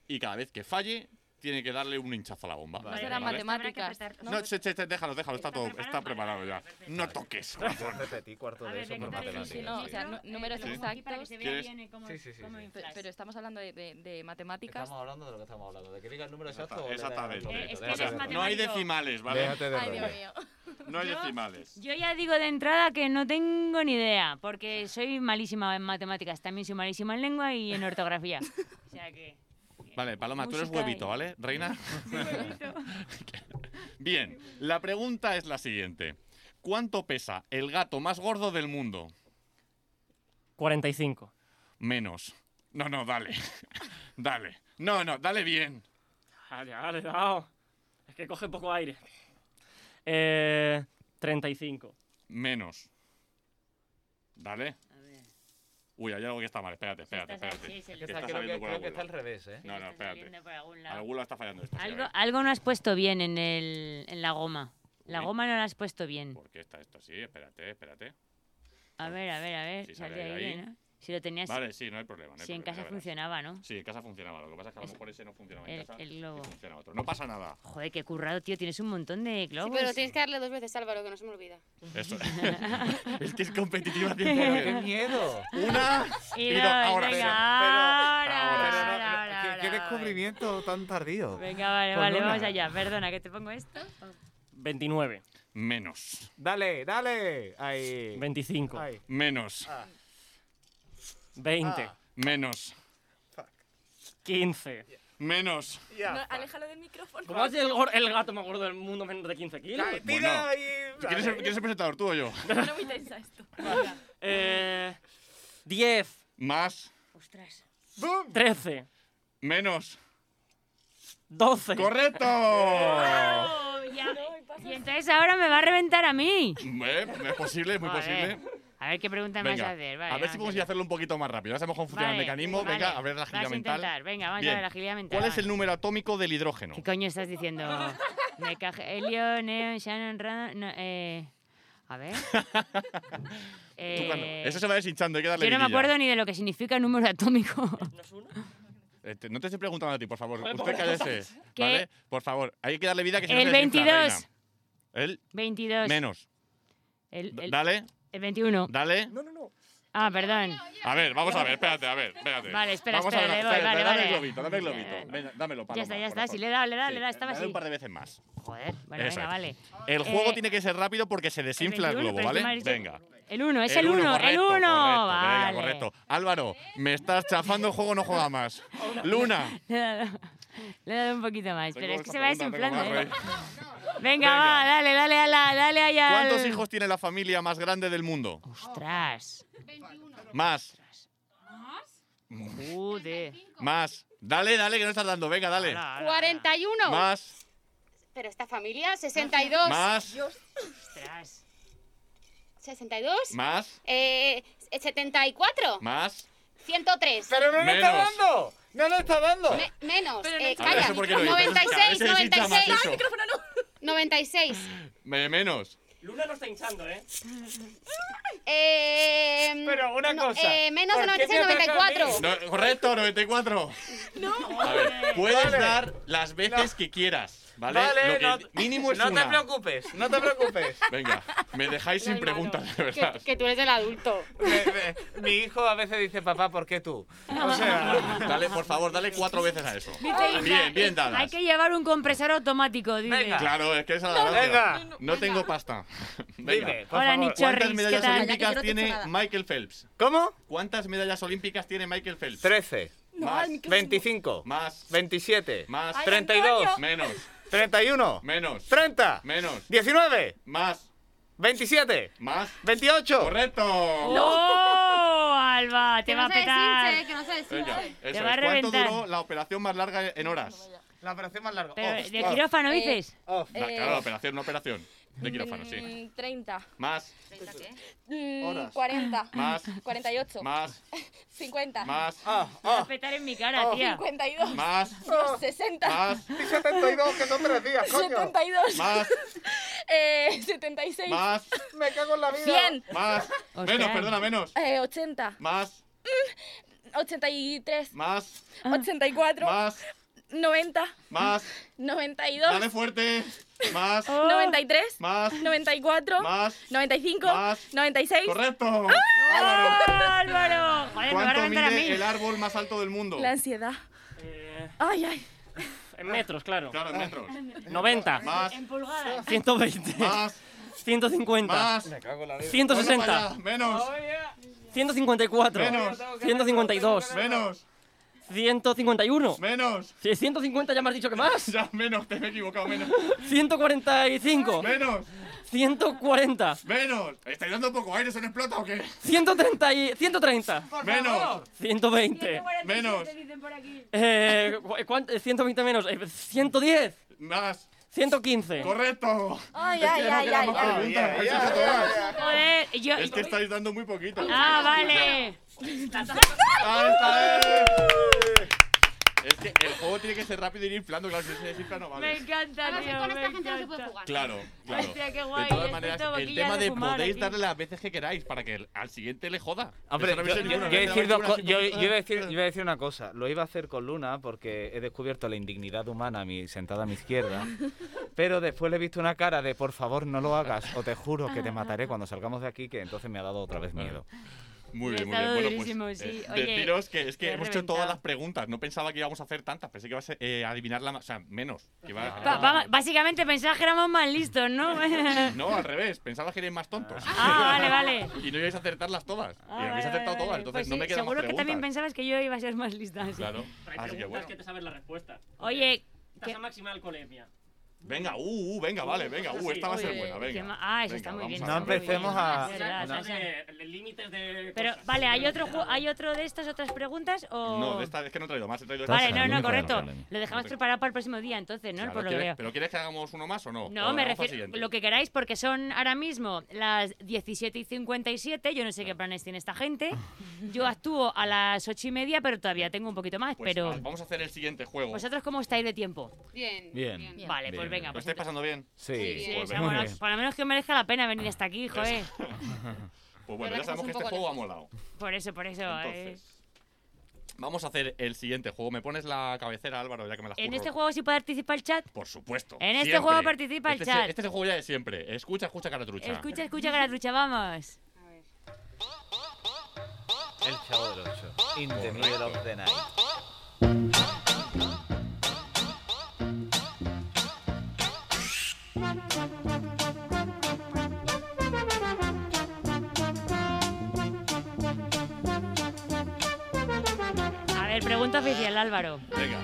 y cada vez que falle, tiene que darle un hinchazo a la bomba.
Vale. Eso
eran
¿Vale?
matemáticas.
No, che, che, che, déjalo, déjalo, está,
¿Está
todo,
preparado?
está preparado ya.
Vale,
No toques, corazón.
Repetí cuarto
A
de
ver,
eso
voy a
por
quitar el
matemáticas.
sí,
sonido,
no,
sí.
o sea, no- números
Sí.
exactos.
Aquí para que se vea
¿Quieres?
bien eh, cómo-
Sí, sí, sí,
cómo
sí.
Pe-
inflas.
Pero estamos hablando de, de- de matemáticas.
Estamos hablando de lo que estamos hablando, de que diga el número exacto.
Exacta-
Eh,
Exactamente.
es que
O sea,
eres
no hay
matemático.
decimales, ¿vale?
Déjate de
Ay, Dios
rollo.
mío.
No hay
Yo-
decimales.
Yo ya digo de entrada que no tengo ni idea, porque soy malísima en matemáticas, también soy malísima en lengua y en ortografía. O sea que...
Vale, Paloma, tú eres
Música
huevito,
y-
¿vale? Reina. Bien, la pregunta es la siguiente. ¿Cuánto pesa el gato más gordo del mundo?
45.
Menos. No, no, dale. dale. No, no, dale bien.
Ah, ya, le he dado. Es que coge poco aire. Eh, 35.
Menos. Dale. Uy, hay algo que está mal. Espérate, espérate,
está-
espérate.
sí, sí,
Que
sí.
está
creo
saliendo por
que, creo
algún
que está al
lado.
revés, ¿eh?
No, no,
Está
espérate.
saliendo por algún lado.
Alguno está fallando esto. sí, a
Algo,
ver.
algo no has puesto bien en, el, en la goma. La
Uy.
goma no la has puesto bien.
¿Por qué está esto así? Espérate, espérate.
A ver, a ver, a ver.
Sí,
sale
sale
ahí
ahí.
bien, ¿no? Si lo tenías,
Vale, sí, no hay problema. no hay
si en
problema,
casa
ya verás.
funcionaba, ¿no?
Sí, en casa funcionaba. Lo que pasa es que a lo
Es-
mejor ese no funcionaba en
El,
casa.
el
y
globo.
funciona otro. No pasa nada.
Joder, qué currado, tío. Tienes un montón de globos.
pero tienes que darle dos veces, Álvaro, que no se me olvida.
Eso. es que es competitiva
Pero qué
100%.
miedo.
Una.
Y
Y dos,
dos,
ahora
venga,
sí. Pero-
ahora,
ahora sí.
ahora,
Pero
ahora,
¿Qué, qué
ahora,
descubrimiento tan tardío.
Venga, vale,
Pues
vale,
Lola.
vamos allá. Perdona, que te pongo este. esto.
29,
Menos.
Dale, dale. Ahí.
25,
Ahí.
Menos.
20,
Ah. Menos.
15.
Menos.
No, aléjalo del micrófono.
¿Cómo hace el, gor- el gato más gordo del mundo menos de 15 kilos?
Bueno,
Tira y-
¿Quieres ser, quieres ser presentador tú o yo?
Suena muy tensa esto.
Eh, 10,
Más.
Ostras.
13,
Menos.
12.
¡Correcto!
Y entonces ahora me va a reventar a mí.
Eh, Es posible, es muy
Joder.
posible.
A ver qué pregunta me vas
Venga,
a hacer. Vale,
a ver
vamos
si podemos
allá.
ir a hacerlo un poquito más rápido. Ahora sabemos cómo funciona
Vale,
el mecanismo.
vale.
Venga, a ver la
Vas
agilidad
a
mental.
intentar. Venga, vamos a
Bien.
ver la agilidad mental.
¿Cuál es el
vamos.
número atómico del hidrógeno?
¿Qué coño estás diciendo? Me caje- Helio, Neo, Shannon, Ran... no, eh, A ver.
Tú, cuando-
Eh,
Eso se va deshinchando, hay que darle
Yo no me
vidilla.
acuerdo ni de lo que significa número atómico.
Eh, te- no te estoy preguntando a ti, por favor.
Joder,
Usted
por
cállese.
¿Qué?
¿Vale? Por favor, hay que darle vida que si no
El
se deshincha,
22.
reina. El
22.
menos.
El,
D-
el-
Dale,
el 21.
dale.
Ah, perdón.
A ver, vamos a ver, espérate, a ver, espérate.
Vale, espera,
Vamos
espera,
a ver,
le doy, vale,
dame el
vale.
globito, dame el globito.
Ya,
Venga, dámelo, Paloma.
Ya está, ya
por
está.
favor.
Si le da, le da,
Sí,
le da. Estaba
dale
así.
un par de veces más.
Joder. Bueno,
Eso
venga,
es.
vale.
El juego
Eh,
tiene que ser rápido porque se desinfla el
21, pero es
globo,
que me ha
¿vale?
dicho-
Venga.
El 1, es el
uno,
1, el
correcto,
1.
correcto,
Vale.
Venga, correcto. Álvaro, me estás chafando el juego, no juega más. Luna.
Le he dado- le he dado un poquito más,
Tengo
pero es que
esta
se va
pregunta, tengo
desinflando.
más,
¿eh?
Rey.
Venga, va,
Venga.
dale, dale, ala, dale allá.
¿Cuántos hijos tiene la familia más grande del mundo?
Ostras.
Más,
Joder.
más. Dale, dale, que no estás dando. Venga, dale.
Ala, ala,
41.
Más,
Pero esta familia, 62.
más,
Ostras.
62.
más,
Eh, 74.
más.
103.
Pero no le está
Menos.
dando. No le está dando.
Me- menos.
Pero no
eh,
está-
A ver,
calla.
eso porque lo dices, a
96,
veces es hincha
96.
macizo.
96.
Me- Menos.
Luna no está hinchando, ¿eh?
Eh,
Pero una
no,
cosa,
eh, menos de
¿por qué me
96,
ataca a
94.
mí?
No, correcto, 94. No. A ver, puedes
Vale.
dar las veces que quieras, ¿vale? Lo que
no-
mínimo es
No
una.
te preocupes, no te preocupes.
Venga, me dejáis sin preguntas, de verdad.
Que, que tú eres el adulto.
Me- me- mi hijo a veces dice, papá, ¿por qué tú? O sea,
Dale, por favor, dale cuatro veces a eso.
Dice,
Bien, bien
Hay
dadas.
que llevar un compresor automático, dice.
Venga.
Claro, es que esa es la gracia.
venga,
No tengo pasta.
dime.
Venga.
por
Hola,
favor.
Nicho.
¿Cuántas
Chorris, ¿qué
medallas
tal?
olímpicas
Ya que no te he
tiene
hecho nada.
Michael Phelps?
¿Cómo?
¿Cuántas medallas olímpicas tiene Michael Phelps?
13,
Más,
25,
más,
27,
más,
32,
menos,
31,
menos,
30,
menos,
19,
más,
27,
más.
28.
¡Correcto!
¡No, ¡Oh, Alba! Te
Que
va
no
a
se deshinche,
petar.
eh, que no se deshinche.
Venga, eso es.
va a
¿Cuánto
reventar.
duró la operación más larga en horas?
La operación más larga.
Pero,
Off,
¿De
off,
quirófano dices?
off.
eh,
La- Claro,
Eh.
la operación, no operación. De quirófano, sí.
Mm, 30.
Más,
Mm,
Horas.
40.
más,
48.
más,
50.
más,
Ah,
Va a
ah.
petar en mi cara, tía.
52.
más,
60.
más,
Y 72, que son tres días, coño.
72.
más,
Eh, 76.
más,
Me cago en la vida.
100.
más. Menos, perdona, menos.
Eh, 80.
Más,
83.
más,
84.
más,
90.
más.
92.
Dale fuerte. Más,
Oh.
93.
más,
94.
más.
95.
Más.
96.
¡Correcto!
Ah. ¡Álvaro! Joder, me va a
¿Cuánto
reventar a mí.
mide el árbol más alto del mundo?
La ansiedad.
Eh,
Ay, ay.
en metros, claro.
Claro, en metros.
90,
Más,
Ah. En pulgadas.
120,
más,
150,
más. Bueno,
160,
vaya, Menos,
154,
Menos.
152,
menos,
151.
menos.
150 ya me has dicho que más.
Ya, menos, te me he equivocado, menos.
145,
Menos,
140,
menos. ¿Estáis dando poco aire? ¿Se no explota o qué?
130, y- 130,
Menos,
120.
menos,
Eh, cu- ¿cuánto? 120 menos, eh, 110,
más,
115.
¡Correcto!
Ay,
Es
ay,
que no
ay,
quedan
ay,
más
ay.
preguntas,
ay,
habéis
ay,
hecho
ay,
todas.
Joder, yo.
Este Es que estáis dando muy poquito.
Ah, vale.
Ahí está, eh. Es que el juego tiene que ser rápido y ir inflando, claro, si se desinfla no
Me
vale.
encanta,
Además,
tío.
con esta
me
gente Ah, no se puede
encanta.
jugar.
Claro, claro.
Hostia, qué
De
guay.
todas
es
maneras,
esta
el
boquilla
tema de
fumar
podéis
aquí.
darle las veces que queráis para que el- al siguiente le joda.
Hombre,
Eso no
yo,
habéis hecho
yo-
ninguno,
yo
¿no?
iba a decir
Una
dos co-
simple-
yo- yo iba a decir- yo iba a decir una cosa. Lo iba a hacer con Luna porque he descubierto la indignidad humana a mi, sentada a mi izquierda. Pero después le he visto una cara de por favor no lo hagas o te juro que te mataré cuando salgamos de aquí, que entonces me ha dado otra vez miedo.
Muy
Me
bien,
ha
muy
estado
bien. Bueno,
durísimo,
pues
sí.
eh,
Oye,
deciros que es
me
que
he
hemos hecho todas
reventado.
las preguntas. No pensaba que íbamos a hacer tantas. Pensé que iba a ser, eh, adivinar la más, o sea, menos. Que iba a-
Ba- ba- básicamente pensabas que éramos más listos, ¿no? ah,
No, al revés. Pensaba que erais más tontos.
vale, vale.
Y no ibais a acertarlas todas.
Ah,
y habéis
vale, vale,
acertado todas.
vale.
Entonces
Pues
no
sí,
me quedan más
Seguro que también
preguntas.
pensabas que yo iba a ser más lista. sí.
Claro. Así que
Hay preguntas
Ah, bueno.
que te sabes la respuesta.
Oye,
Tasa máxima de alcoholemia.
Venga, uh, uh, venga, vale, venga, uh,
Sí,
esta va a ser
oye,
buena,
qué
venga.
ma- ah, eso
Venga,
está muy
vamos
bien.
a
está
No
muy
ver.
empecemos
bien.
a-
Es verdad,
no.
es verdad.
Eh, límites de.
Pero,
cosas.
vale, ¿hay otro, ju- ¿hay otro de estas otras preguntas o...?
No, de esta es que no he traído más, he traído
Vale,
esta.
no, no,
Nunca
correcto.
hablamos.
Lo dejamos
Perfecto.
preparado para el próximo día, entonces, ¿no?
Claro,
Por lo que
¿quieres-
veo.
¿Pero quieres que hagamos uno más o no?
No,
¿O
me
vamos al
refiero
siguiente?
lo que queráis, porque son ahora mismo las 17 y 57. Yo no sé qué planes tiene esta gente. Yo actúo a las 8 y media, pero todavía tengo un poquito más.
Pues,
pero,
ah, Vamos a hacer el siguiente juego.
¿vosotros cómo estáis de tiempo?
Bien.
Bien.
bien.
Vale,
Bien.
pues venga.
¿Lo
Pues
estáis pasando bien? este
Sí,
Sí,
Pues
o sea,
venga.
bueno,
Muy bien.
por lo menos que merezca la pena venir hasta aquí, joder.
Pues bueno,
Pero
ya
la
sabemos
cosa
que
es
este
un
juego
poco
ha molado.
Por eso, por eso. eh.
Entonces, vamos a hacer el siguiente juego. ¿Me pones la cabecera, Álvaro, ya que me la
En
curro?
este juego sí participa el chat.
Por supuesto.
En este
siempre.
juego participa el
Este es-
chat.
Este es el juego ya de siempre. Escucha, escucha, caratrucha.
Escucha, escucha, Garatrucha, vamos.
A ver.
El Chavo del Ocho. In the middle of the night.
A ver, pregunta oficial, Álvaro.
Venga.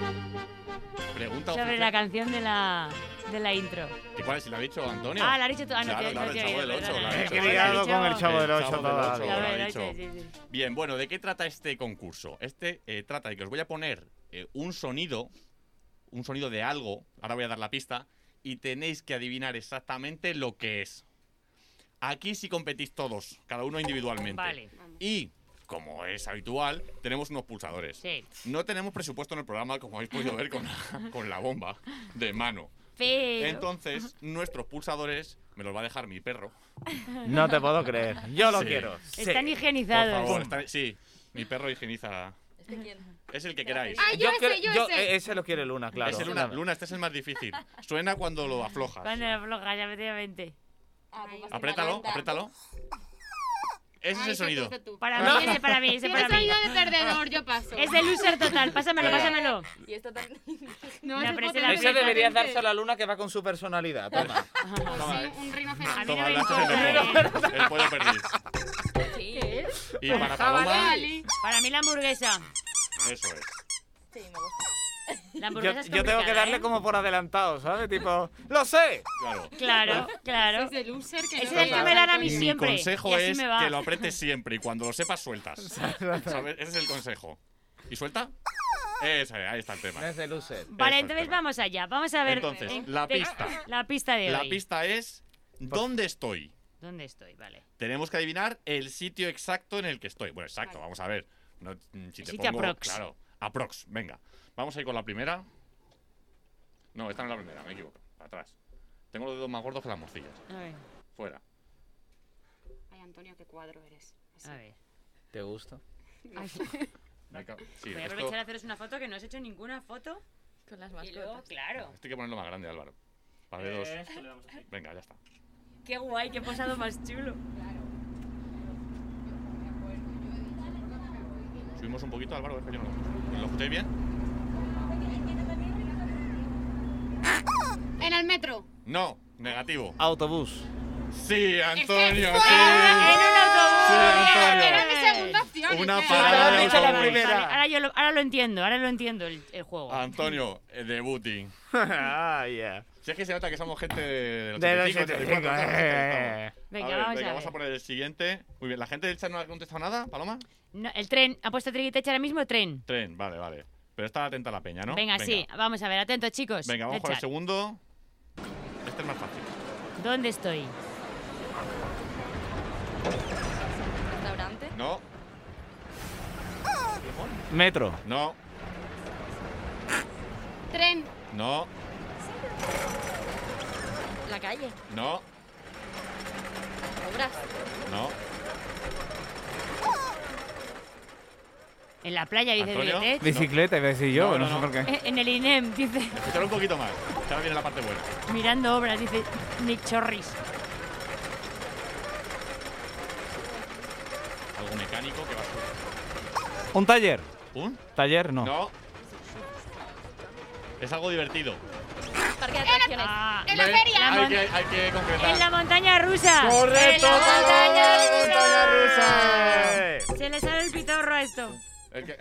Pregunta
Sobre la
oficial.
canción de la, de la intro.
¿Y cuál es? ¿Si la ha dicho Antonio?
Ah, la has dicho tú. Ah, no,
Claro,
te-
claro,
no te he
el Chavo
oído,
del Ocho,
perdona.
la ha dicho.
Lo has
Criado con el
dicho.
Chavo del
El
Ocho
Chavo del
toda la
Ocho,
vida.
Lo
lo ha
has
dicho.
dicho, sí, sí.
Bien, bueno, ¿de qué trata este concurso? Este eh, trata de que os voy a poner eh, un sonido, un sonido de algo, ahora voy a dar la pista, y tenéis que adivinar exactamente lo que es. Aquí sí competís todos, cada uno individualmente.
Vale.
Y, como es habitual, tenemos unos pulsadores.
Sí.
No tenemos presupuesto en el programa, como habéis podido ver con la- con la bomba de mano.
Pero-
Entonces, nuestros pulsadores me los va a dejar mi perro.
No te puedo creer. Yo lo
Sí.
quiero.
Están
Por
higienizados.
favor, está- sí, mi perro higieniza.
¿Este quién?
Es el que queráis.
Ah, yo,
creo-
ese, yo,
yo-
ese.
eh, ese lo quiere Luna, claro.
Ese Luna, Luna, este es el más difícil. Suena cuando lo aflojas.
Cuando la aflojas, efectivamente.
Ah, pues va a ser
Apriétalo,
malenta.
apriétalo. Ese es
Ay,
el
ese
sonido.
fuiste tú.
Para mí, ese para mí, ese
Tiene
para mí.
sonido de perdedor, yo paso.
Es de loser total. Pásamelo, pásamelo.
Y esto también.
No,
Me
ese
parece la
foto
Ese
Ese
de
Exactamente.
deberías
rinoceronte.
dárselo a Luna que va con su personalidad. Toma.
Toma,
Sí, un rinoceronte.
A mí no
toma,
me
la haces el
importa,
mejor. El pollo perdiz.
Sí,
Y
Pues
para Paloma,
Vale.
Para mí, la hamburguesa.
eso es.
sí, me gusta.
La
Yo,
hamburguesa es
yo tengo que
complicada,
darle
¿eh?
como por adelantado, ¿sabes? Tipo, ¡lo sé!
Claro.
Claro, claro.
Es de loser que
Ese
no
es el que me dan a mí
Mi
siempre. y
consejo
así
es
me va.
que lo apretes siempre y cuando lo sepas sueltas. ¿Sabes? Ese es el consejo. ¿Y suelta? Esa, ahí está el tema.
No es de loser.
Vale,
Eso,
entonces
espera.
vamos allá. Vamos a ver.
Entonces,
en-
la
de-
pista.
La pista de
La
hoy.
pista es ¿dónde estoy?
¿Dónde estoy? Vale.
Tenemos que adivinar el sitio exacto en el que estoy. Bueno, exacto, vamos a ver. No, mm, si
El
te
sitio
pongo-
aprox.
Claro, aprox. Venga, vamos a ir con la primera. No, esta no es la primera, me equivoco. Atrás. Tengo los dedos más gordos que las morcillas.
A ver.
Fuera.
Ay, Antonio, qué cuadro eres. Así.
A ver.
¿Te gusta?
Me ca- Sí,
Voy a
esto,
aprovechar a haceros una foto que no has hecho ninguna foto.
Con las
Y luego,
mascotas.
claro.
esto hay que ponerlo más grande, Álvaro. Para dedos.
Esto le damos así.
Venga, ya está.
Qué guay, qué pasado más chulo.
Subimos un poquito, Álvaro, es que yo no lo ¿Lo escucháis bien?
En el metro.
No, negativo.
Autobús.
Sí, Antonio,
En
sí.
un autobús.
Sí, Antonio.
Era mi segunda opción.
Una
ese.
parada.
Ahora dice la primera.
Ahora, yo lo, ahora lo entiendo, ahora lo entiendo el, el juego.
Antonio, eh, debuting.
ah, yeah.
Si es que se nota que somos gente del
De los
85,
85,
84, tal,
eh.
estamos.
Venga,
a ver,
vamos
venga,
a
vamos
ver.
a poner el siguiente. Muy bien, ¿la gente del chat no ha contestado nada, Paloma?
No, el tren, ha puesto Triguitecha ahora mismo tren.
Tren, vale, vale. Pero está atenta la peña, ¿no?
Venga, sí, vamos a ver, atentos chicos.
Venga, vamos
del
con el
chat.
segundo. Este
¿Dónde estoy?
Restaurante.
No,
Metro.
no,
Tren,
no,
La calle.
no,
Obras.
no.
En la playa, dice
¿Antonio?
Dietec.
Bicicleta, iba a decir
No,
yo, no,
no,
sé
no.
por qué.
En el INEM, dice,
Escuchar un poquito más. que Ahora viene la parte buena.
mirando obras, dice Nick Chorris.
Algo mecánico que va a ser.
Eh.
Un taller.
¿Un?
Taller no.
No. Es algo divertido.
Parque de atracciones.
Ah,
en la
Ven,
feria.
Hay que, hay que
en la
concretar.
montaña rusa.
¡Correcto!
En la
Pablo!
montaña rusa.
¡Montaña rusa!
Se le sale el pitorro a esto.
Es que-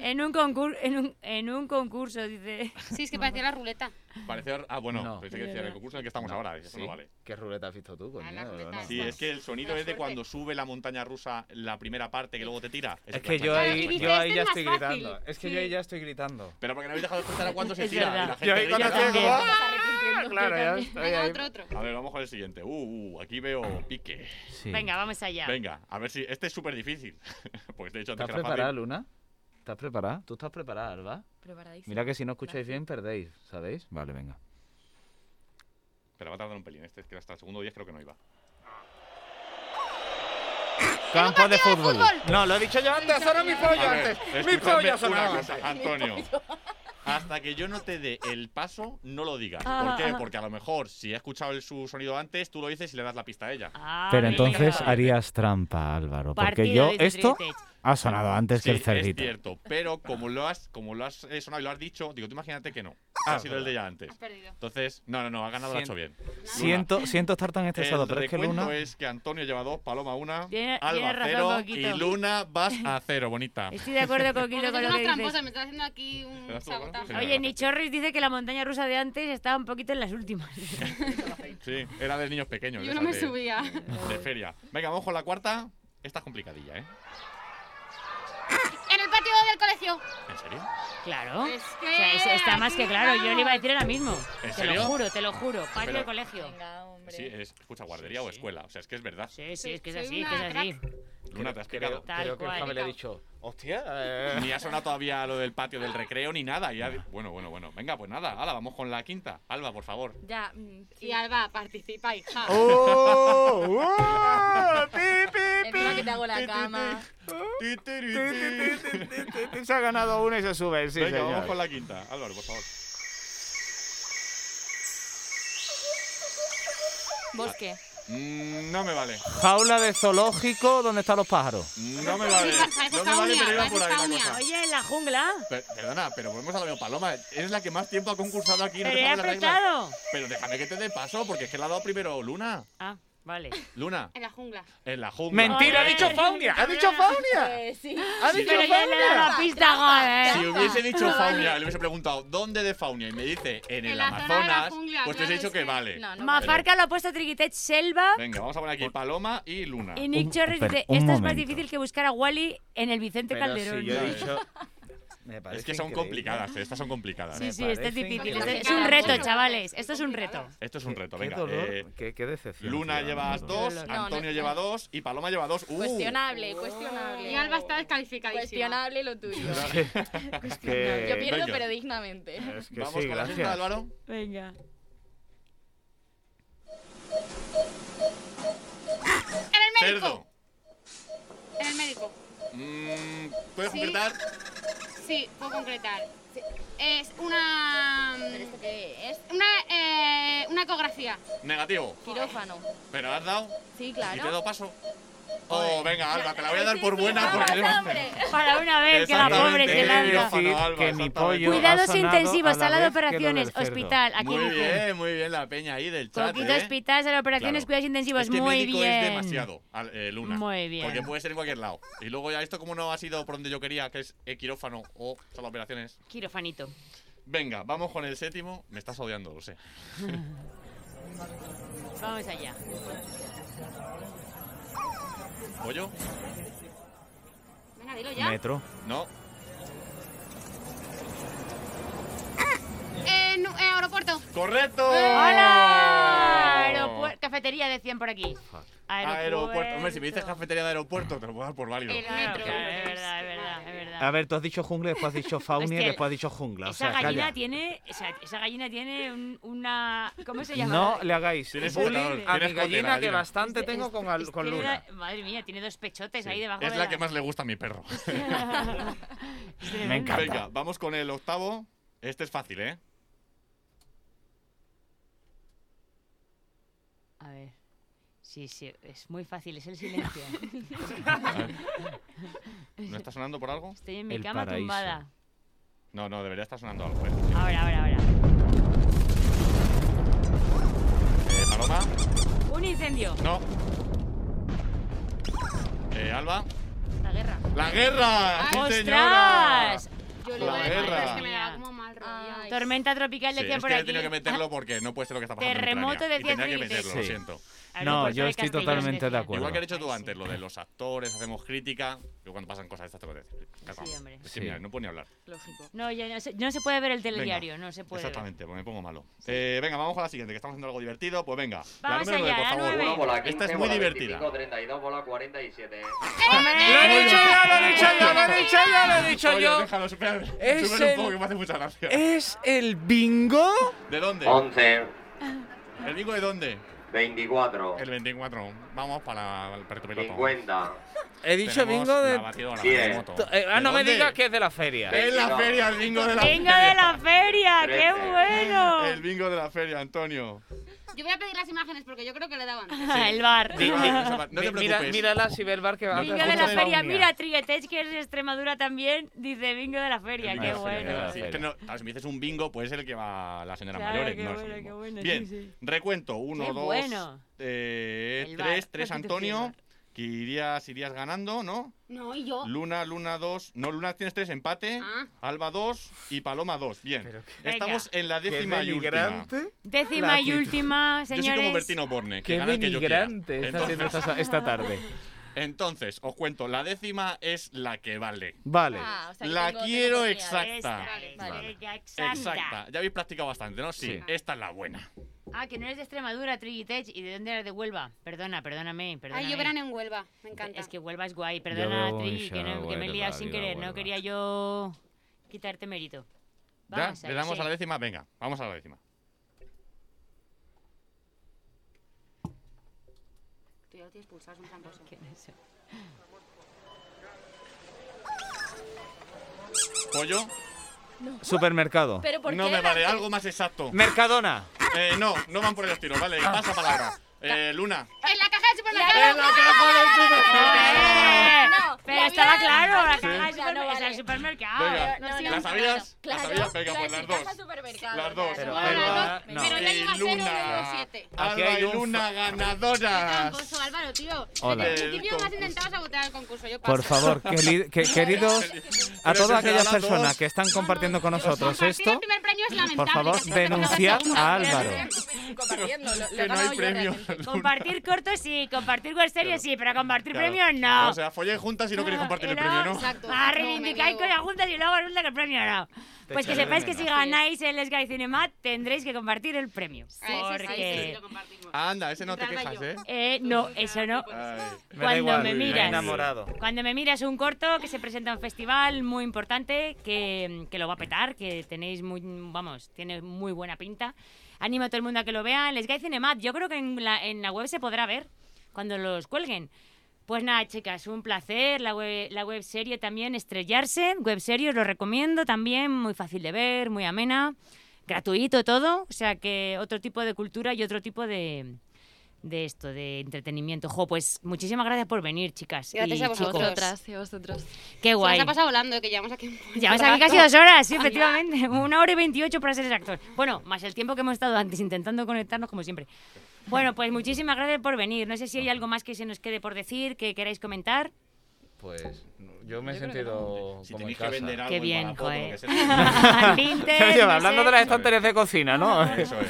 En un, concur- en un, en un concurso, dice.
Sí, es que parecía la ruleta.
Parecer. Ah, bueno,
No.
pensé que decía en el concurso en el que estamos ahora. Eso
Sí.
no vale.
¿Qué ruleta has visto tú, coño?
Ah, la ruleta
No,
esa.
Sí, es que el sonido
Mala
es de
suerte.
cuando sube la montaña rusa la primera parte que luego te tira. Ese
Es que yo
Claro, y
ahí,
dice,
yo ahí
"Este
ya
es
estoy
más
gritando.
fácil".
Es que yo ahí ya estoy gritando.
Pero porque no habéis dejado de escuchar a cuándo se
Es
tira.
verdad.
Y la gente
Yo ahí cuando
grita.
estoy-
estoy
también.
como,
Estás arrepintiendo.
Claro, ya estoy
Venga,
ahí.
otro, otro.
A ver, vamos con el siguiente. Uh, uh, aquí veo pique.
Sí.
Venga, vamos allá.
Venga, a ver si. Este es súper difícil. Porque de hecho, antes
¿Estás
que era
preparada,
fácil.
Luna? ¿Estás preparada? ¿Tú estás preparada, Alba?
Preparadísimo.
Mira que si no escucháis bien perdéis, ¿sabéis? Vale, venga.
Pero va a tardar un pelín. Este es que hasta el segundo 10 creo que no iba.
Campo de fútbol.
fútbol.
No, lo he dicho yo antes, ahora mi pollo
A ver,
antes. Mi
escuchadme
pollo
una
sonaba
cosa, Antonio. Hasta que yo no te dé el paso, no lo digas. ¿Por
Ah,
qué?
ah.
Porque a lo mejor, si ha escuchado el- su sonido antes, tú lo dices y le das la pista a ella.
Ah,
Pero
venga.
entonces harías trampa, Álvaro, porque
Partido,
yo
dice
esto
Trietech.
ha sonado antes que
Sí,
Este el cerdito.
es cierto, pero como lo has, como lo has eh, sonado y lo has dicho, digo, tú imagínate que no.
Ah,
ha sido el de ya antes.
Has perdido.
Entonces, no, no, no, ha ganado, lo ha hecho
Siento-
bien.
Siento, siento estar tan estresado,
El
pero es que
recuento
Luna
es que Antonio lleva dos, Paloma una,
Tiene-
Alba
tienes razón,
cero
Coquito.
y Luna vas a cero, bonita.
Estoy de acuerdo con Quito
Bueno,
con
son
lo
unas
que dices.
tramposas, me estás haciendo aquí
¿Te
un
das tú, Álvaro?
sabotaje.
Sí.
Oye, Nichorris dice que la montaña rusa de antes estaba un poquito en las últimas.
Sí, era de niños pequeños.
Yo
de
no me
esas de-
subía.
De feria. Venga, vamos con la cuarta. Esta es complicadilla, ¿eh?
En el patio del colegio.
¿En serio?
Claro.
Es que
O sea, es- está más
aquí
que claro. Yo le iba a decir ahora mismo.
¿En
Te
serio?
lo juro, te lo juro. Patio
Pero-
de colegio.
Venga, hombre.
Sí, eh. es, escucha, guardería o escuela. O sea, es que es verdad.
Sí, sí, es que es
Soy
así, es
una
que es así.
Luna, te has picado.
Tal creo que cual. Javi le ha
dicho, hostia, eh,
Ni ha sonado todavía lo del patio del recreo ni nada. y ya- Bueno, bueno, bueno. Venga, pues nada. Hala, vamos con la quinta. Alba, por favor.
Ya. mm, sí.
Y Alba, participa, hija.
¡Oh! ¡Oh! ¡Pi, pi,
Encima que te hago la
Ti, ti, ti.
cama.
Ti, ti, ri, ti.
pi, pi, pi, pi, pi! Se ha ganado una y se sube, sí,
Venga, vamos
señor.
con la quinta. Álvaro, por favor.
Bosque.
Mm, No me vale.
Jaula de zoológico donde están los pájaros.
No me vale.
Parece
No me vale,
Faunia,
pero iba por
parece
ahí la
Faunia.
cosa.
Oye, en la jungla.
Per- Perdona, pero volvemos a la misma Paloma. Eres la que más tiempo ha concursado aquí. no
Pero
te
he
sabes las reglas.
apretado.
Pero déjame que te dé paso, porque es que la ha dado primero Luna.
Ah, vale.
Luna,
En la jungla.
en la jungla.
¡Mentira! ¡Ha
Joder.
dicho Faunia! ¡Ha dicho Faunia!
Eh, sí.
¡Ha
Sí,
dicho
Pero ya le he dado
Faunia!
la pista, ¿eh? joder.
Si hubiese dicho Faunia, le hubiese preguntado ¿dónde de Faunia? y me dice en el
En la zona de la
Amazonas,
jungla,
pues te
claro,
he dicho
es
que
que-
vale.
No, no.
Mafarca lo ha puesto Triquitech Selva.
Venga, vamos a poner aquí Paloma y Luna.
Y Nick
Un-
Chorres
espera,
dice,
un
esto es más
momento.
difícil que buscar a Wally en el Vicente
pero
Este Calderón.
si yo he
Vale.
dicho... Me parece
Es que son
increíble.
complicadas, ¿eh? estas son complicadas.
sí,
me
sí, este es
parece
difícil.
increíble.
Este es un reto, chavales. Esto es un reto.
Esto es un
Qué-
reto,
qué
venga.
dolor,
eh,
qué, qué decepción.
Luna lleva
ciudadano.
dos,
No,
no,
Antonio
no.
lleva dos y Paloma lleva dos. Uh,
Cuestionable, cuestionable.
Y Alba está descalificadísima.
Cuestionable lo tuyo.
Es que...
Yo pierdo,
venga.
pero dignamente.
Es que
vamos
sí,
con la quinta,
gracias.
Álvaro.
Venga.
En el médico.
Cerdo.
En el médico.
Mm, ¿Puedes
Sí.
completar?
Sí, puedo concretar. Es una. mm,
¿Pero esto qué es?
Una, eh, una ecografía.
Negativo.
Quirófano.
¿Pero has dado?
Sí,
¿Y te he
claro.
dado paso? Oh, venga, Alba, te la voy a dar por buena
Vamos,
porque llevas-
hombre.
Para una vez que la
Exactamente.
pobre se
Quiero
lanza.
decir
que mi pollo
Cuidados
ha sonado
intensivos,
a la
sala de
vez que lo del
operaciones,
cerdo.
hospital. Aquí
Muy
dice,
bien, muy bien la peña ahí del chat.
Coquito
¿eh?
hospital, sala de operaciones,
Claro.
cuidados intensivos.
Este
Muy
médico
bien.
es demasiado, al- eh, Luna.
Muy bien.
Porque puede ser en cualquier lado. Y luego ya esto como no ha sido por donde yo quería, que es eh, quirófano o sala de operaciones.
Quirofanito.
Venga, vamos con el séptimo. Me estás odiando, lo sé.
Vamos allá.
¿Pollo?
Venga, dilo ya.
Metro.
No.
En, eh, aeropuerto. eh,
¡Correcto!
¡Hola! Aeropuer- cafetería decían por aquí.
Oh. Aeropuerto. Hombre, si me dices cafetería de aeropuerto, te lo puedo dar por válido.
El metro, es verdad, es verdad, es verdad.
A ver, tú has dicho jungla, después has dicho fauna y
Hostia,
después has dicho jungla. O
Esa
sea,
gallina
calla.
tiene, esa, esa gallina tiene un- una, ¿cómo se llama?
No le hagáis
Tienes
bullying
contador,
a mi
tienes contador,
gallina que
gallina.
bastante tengo con, al- con
Tiene
Luna.
una- madre mía, tiene dos pechotes
Sí.
ahí debajo.
es
de
la que más le gusta a mi perro.
Es tremendo.
encanta.
Venga, vamos con el octavo. Este es fácil, ¿eh?
A ver. Sí, sí, es muy fácil, es el silencio.
¿No está sonando por algo?
Estoy en mi
El
cama
paraíso.
tumbada.
No, no, debería estar sonando algo. ¿eh?
Ahora, ahora, ahora.
Eh, Paloma,
Un incendio.
no. Eh, Alba,
La guerra.
la guerra. ¡Sí, señora!
¡Ostras!
Yo
La
voy a dejar,
guerra.
Es que me daba como mal rollo.
Ay.
Tormenta tropical
Sí,
decían
es
por
que he
aquí.
tenido que meterlo porque no puede ser lo que está pasando. en
Terremoto
Ucrania, y
decía
tenía que
Trinity.
meterlo, lo
Sí.
siento.
Aeropuerto
No, yo
de
estoy
Castellón,
totalmente
decían.
de acuerdo.
Igual que he dicho tú antes, lo de los actores, hacemos crítica. Yo cuando pasan cosas de estas tengo que decir. Ya
Sí,
vamos.
hombre.
Es que,
Sí.
mira, no puedo ni hablar.
Lógico.
No, ya no se, no se puede ver el
Venga,
telediario, no se puede. ver.
Exactamente, pues me pongo malo. Eh, venga, vamos con la siguiente, que estamos haciendo algo divertido. Pues venga,
Vamos
la número
allá, la
nueve, por
nueve.
favor.
Uno, bola
Esta es muy divertida.
32, bola 47.
¡Lo he
¡Hombre!
dicho yo, lo he dicho yo, lo he dicho yo, lo he dicho
Oye,
yo!
déjalo, espera,
Es
súbelo un
el-
poco que me hace mucha gracia.
¿Es el bingo?
¿De dónde?
11,
¿El bingo de dónde?
24,
El 24. Vamos para el perto piloto.
50,
He dicho
Tenemos
bingo
La
de...
batidora,
Diez.
la moto.
Eh, Ah,
¿De
no me
dónde?
digas que es de Eh, la feria.
Es la feria, el bingo de la
¡Venga
feria.
de la feria! ¡Qué
Trece.
bueno!
El bingo de la feria, Antonio.
Yo voy a pedir las imágenes porque yo creo que le daban.
El bar.
Sí,
Bingo
eso va- No te
Mi-
preocupes.
Mira, mírala si ve el bar que va a
Bingo
de la
Justo de
feria.
Faunia.
Mira, Triguetech, que es de Extremadura también, dice bingo de la
El
feria.
bingo
Qué
de la feria,
bueno.
de la feria. Es que no- claro, si me dices un bingo, puede ser el que va la señora
Claro,
mayores.
qué
no es el
bueno,
mismo.
qué bueno, sí,
Bien,
sí.
recuento. Uno,
Qué
dos,
bueno.
eh,
El bar.
tres, tres
Repetición.
Antonio. Que irías, irías ganando, ¿no?
No, y yo.
Luna, Luna 2. No, Luna tienes 3, empate.
Oh. Ah.
Alba 2 y Paloma 2. Bien.
qué-
Estamos en la
Qué
décima y última.
denigrante.
Décima y
Gratuito.
última,
Yo soy como
señores.
Bertino Borne. Que
Qué
gana el que yo quiera.
denigrante está haciendo
Entonces,
esta, esta tarde.
entonces, os cuento. La décima es la que vale.
Vale.
Ah, o sea, que
la
tengo- tengo
quiero
oportunidades.
exacta.
Esta es,
Vale.
ella, exacta.
Exacta. Ya habéis practicado bastante, ¿no? Sí.
Sí.
Esta es la buena.
Ah, que no eres de Extremadura, Triguetech, y de dónde eres de Huelva. Perdona, perdóname, perdóname.
Ay, yo verán en Huelva. Me encanta.
Es que Huelva es guay, perdona,
veo
Tri,
esa
que, no- que me he
Huelva,
liado sin
viva
querer, no
Huelva.
quería yo quitarte mérito.
¿Ya?
Vamos
¿Le damos
sí.
a la décima? Venga, vamos a la décima.
Tú ya lo tienes pulsado, es un tramposo.
¿Qué es eso?
¿Pollo?
Supermercado.
Pero ¿por
No
qué
me
la-
vale, algo más exacto.
Mercadona.
Eh, no, no van por el estilo, vale,
Ah.
pasa palabra. Eh, Luna.
¡En la caja
¡Es
del supermercado!
la caja del supermercado!
¡Eh!
no,
Pero
la
estaba
vida-
claro, la
Sí.
caja del
Ya
supermer-
no
es
vale.
al supermercado.
Venga,
no,
¿las
sí,
¿la
no,
sabías? ¿La
Claro,
sabías? Venga, pues las
clasificas
dos.
a supermercado,
Las dos.
claro.
Pero-
Bueno,
no.
Pero ya lleva
Y
cero de
Luna.
siete.
Aquí
Alba
hay
y
un
Luna ganadoras.
Tramposo, Álvaro, tío.
Hola.
Desde el principio me has
concurso.
intentado sabotear el concurso. Yo paso.
Por favor, queri- que- queridos, a
Pero
todas
ese
aquellas
será la
personas
dos.
que están compartiendo con nosotros
Compartir
esto,
El primer premio es lamentable.
por favor,
que se hace con la
denunciad
segunda.
a Álvaro.
Compartiendo, lo- lo he
Que no
ganado yo
hay premio.
realmente.
Compartir cortos sí, compartir web series sí, pero compartir
Claro.
premios no.
O sea, folláis juntas y no queréis compartir el
Era-
premio, ¿no?
Exacto.
Ah,
No,
reivindicáis
menudo.
con las juntas y luego resulta que el premio no. Pues que
echaré de
sepáis que si
menos.
ganáis el Sky Cinema tendréis que compartir el premio.
Ah, ese sí, ese sí
Porque...
lo compartimos.
Anda, ese no te
Entraba
quejas,
yo.
¿eh?
Eh, no, eso no.
Ay.
Me da
Cuando
igual,
me
me he
miras.
enamorado.
Cuando me miras un corto que se presenta en un festival muy importante que, que lo va a petar, que tenéis muy, vamos, tiene muy buena pinta. Animo a todo el mundo a que lo vea. Les Sky Cinemat, yo creo que en la, en la web se podrá ver cuando los cuelguen. Pues nada, chicas, un placer. La web, la web serie también, Estrellarse. Web serie os lo recomiendo también, muy fácil de ver, muy amena. Gratuito todo, o sea que otro tipo de cultura y otro tipo de, de esto, de entretenimiento. Jo, pues muchísimas gracias por venir, chicas.
Gracias
y
a vosotros.
chicos.
Vosotras, y vosotros.
Qué
Se nos
guay.
ha pasado volando, eh, que llevamos aquí un buen
Ya vas aquí
rato.
casi dos horas, sí, efectivamente. Una hora y veintiocho para ser exactos. Bueno, más el tiempo que hemos estado antes intentando conectarnos, como siempre. Bueno, pues muchísimas gracias por venir. No sé si hay algo más que se nos quede por decir, que queráis comentar.
Pues yo me he sentido
Si
como en
tenéis
casa.
que vender algo
Qué
en
bien,
Wallapop,
joder.
lo que sea.
Vinted,
Oye,
no
hablando
sé.
de las estanterías de cocina, ¿no?
Eso es.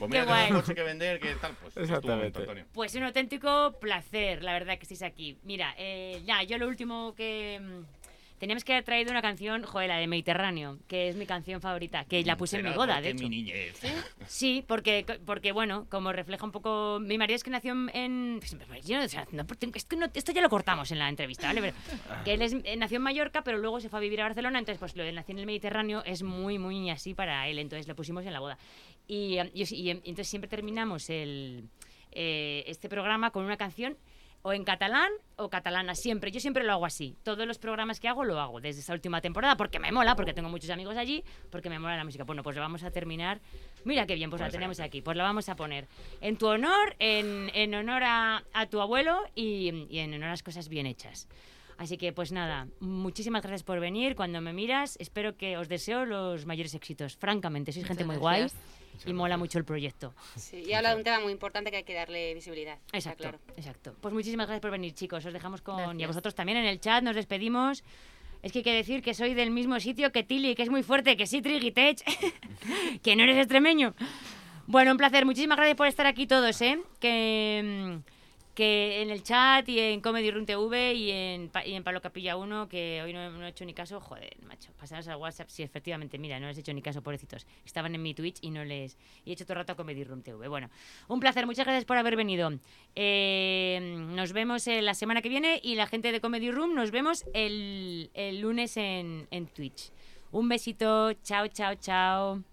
Pues mira,
guay.
tengo un coche que vender, ¿qué tal? Pues es tu momento,
Exactamente.
Antonio.
Pues un auténtico placer, la verdad, que estéis aquí. Mira, eh, ya, yo lo último que, mm, Teníamos que haber traído una canción, joder, la de Mediterráneo, que es mi canción favorita, que la puse en mi boda, de hecho.
mi niñez.
Sí, porque, porque bueno, como refleja un poco. Mi marido es que nació en. pues, yo no- o sea, no, porque- es que no- esto ya lo cortamos en la entrevista, ¿vale? Pero que él es- eh, nació en Mallorca, pero luego se fue a vivir a Barcelona, entonces, pues lo de nació en el Mediterráneo es muy, muy así para él, entonces lo pusimos en la boda. Y, eh, y- y, eh, entonces siempre terminamos el, eh, este programa con una canción o en catalán o catalana, siempre. Yo siempre lo hago así. Todos los programas que hago lo hago desde esa última temporada porque me mola, porque tengo muchos amigos allí, porque me mola la música. Bueno, pues la vamos a terminar. Mira qué bien, pues
Con
la
esa
tenemos
canción.
aquí. Pues la vamos a poner en tu honor, en, en honor a, a tu abuelo y, y en honor a las cosas bien hechas. Así que pues nada, muchísimas gracias por venir. Cuando me miras, espero que os deseo los mayores éxitos. Francamente, sois
Muchas
gente muy guay
gracias.
y mola mucho el proyecto.
Sí, y habla de un tema muy importante que hay que darle visibilidad. está
Exacto,
claro.
exacto. Pues muchísimas gracias por venir, chicos. Os dejamos con... Y a
Gracias.
vosotros también en el chat, nos despedimos. Es que hay que decir que soy del mismo sitio que Tili, que es muy fuerte, que sí, Trigitech, que no eres extremeño. Bueno, un placer. Muchísimas gracias por estar aquí todos, ¿eh? Que, mm, que en el chat y en Comedy Room TV y en, Pa- y en Palo Capilla 1, que hoy no, no he hecho ni caso. Joder, macho. Pasaros al WhatsApp. Sí, efectivamente, mira, no les he hecho ni caso, pobrecitos. Estaban en mi Twitch y no les... Y he hecho todo el rato a Comedy Room TV. Bueno, un placer. Muchas gracias por haber venido. Eh, nos vemos eh, la semana que viene y la gente de Comedy Room nos vemos el, el lunes en, en Twitch. Un besito. Chao, chao, chao.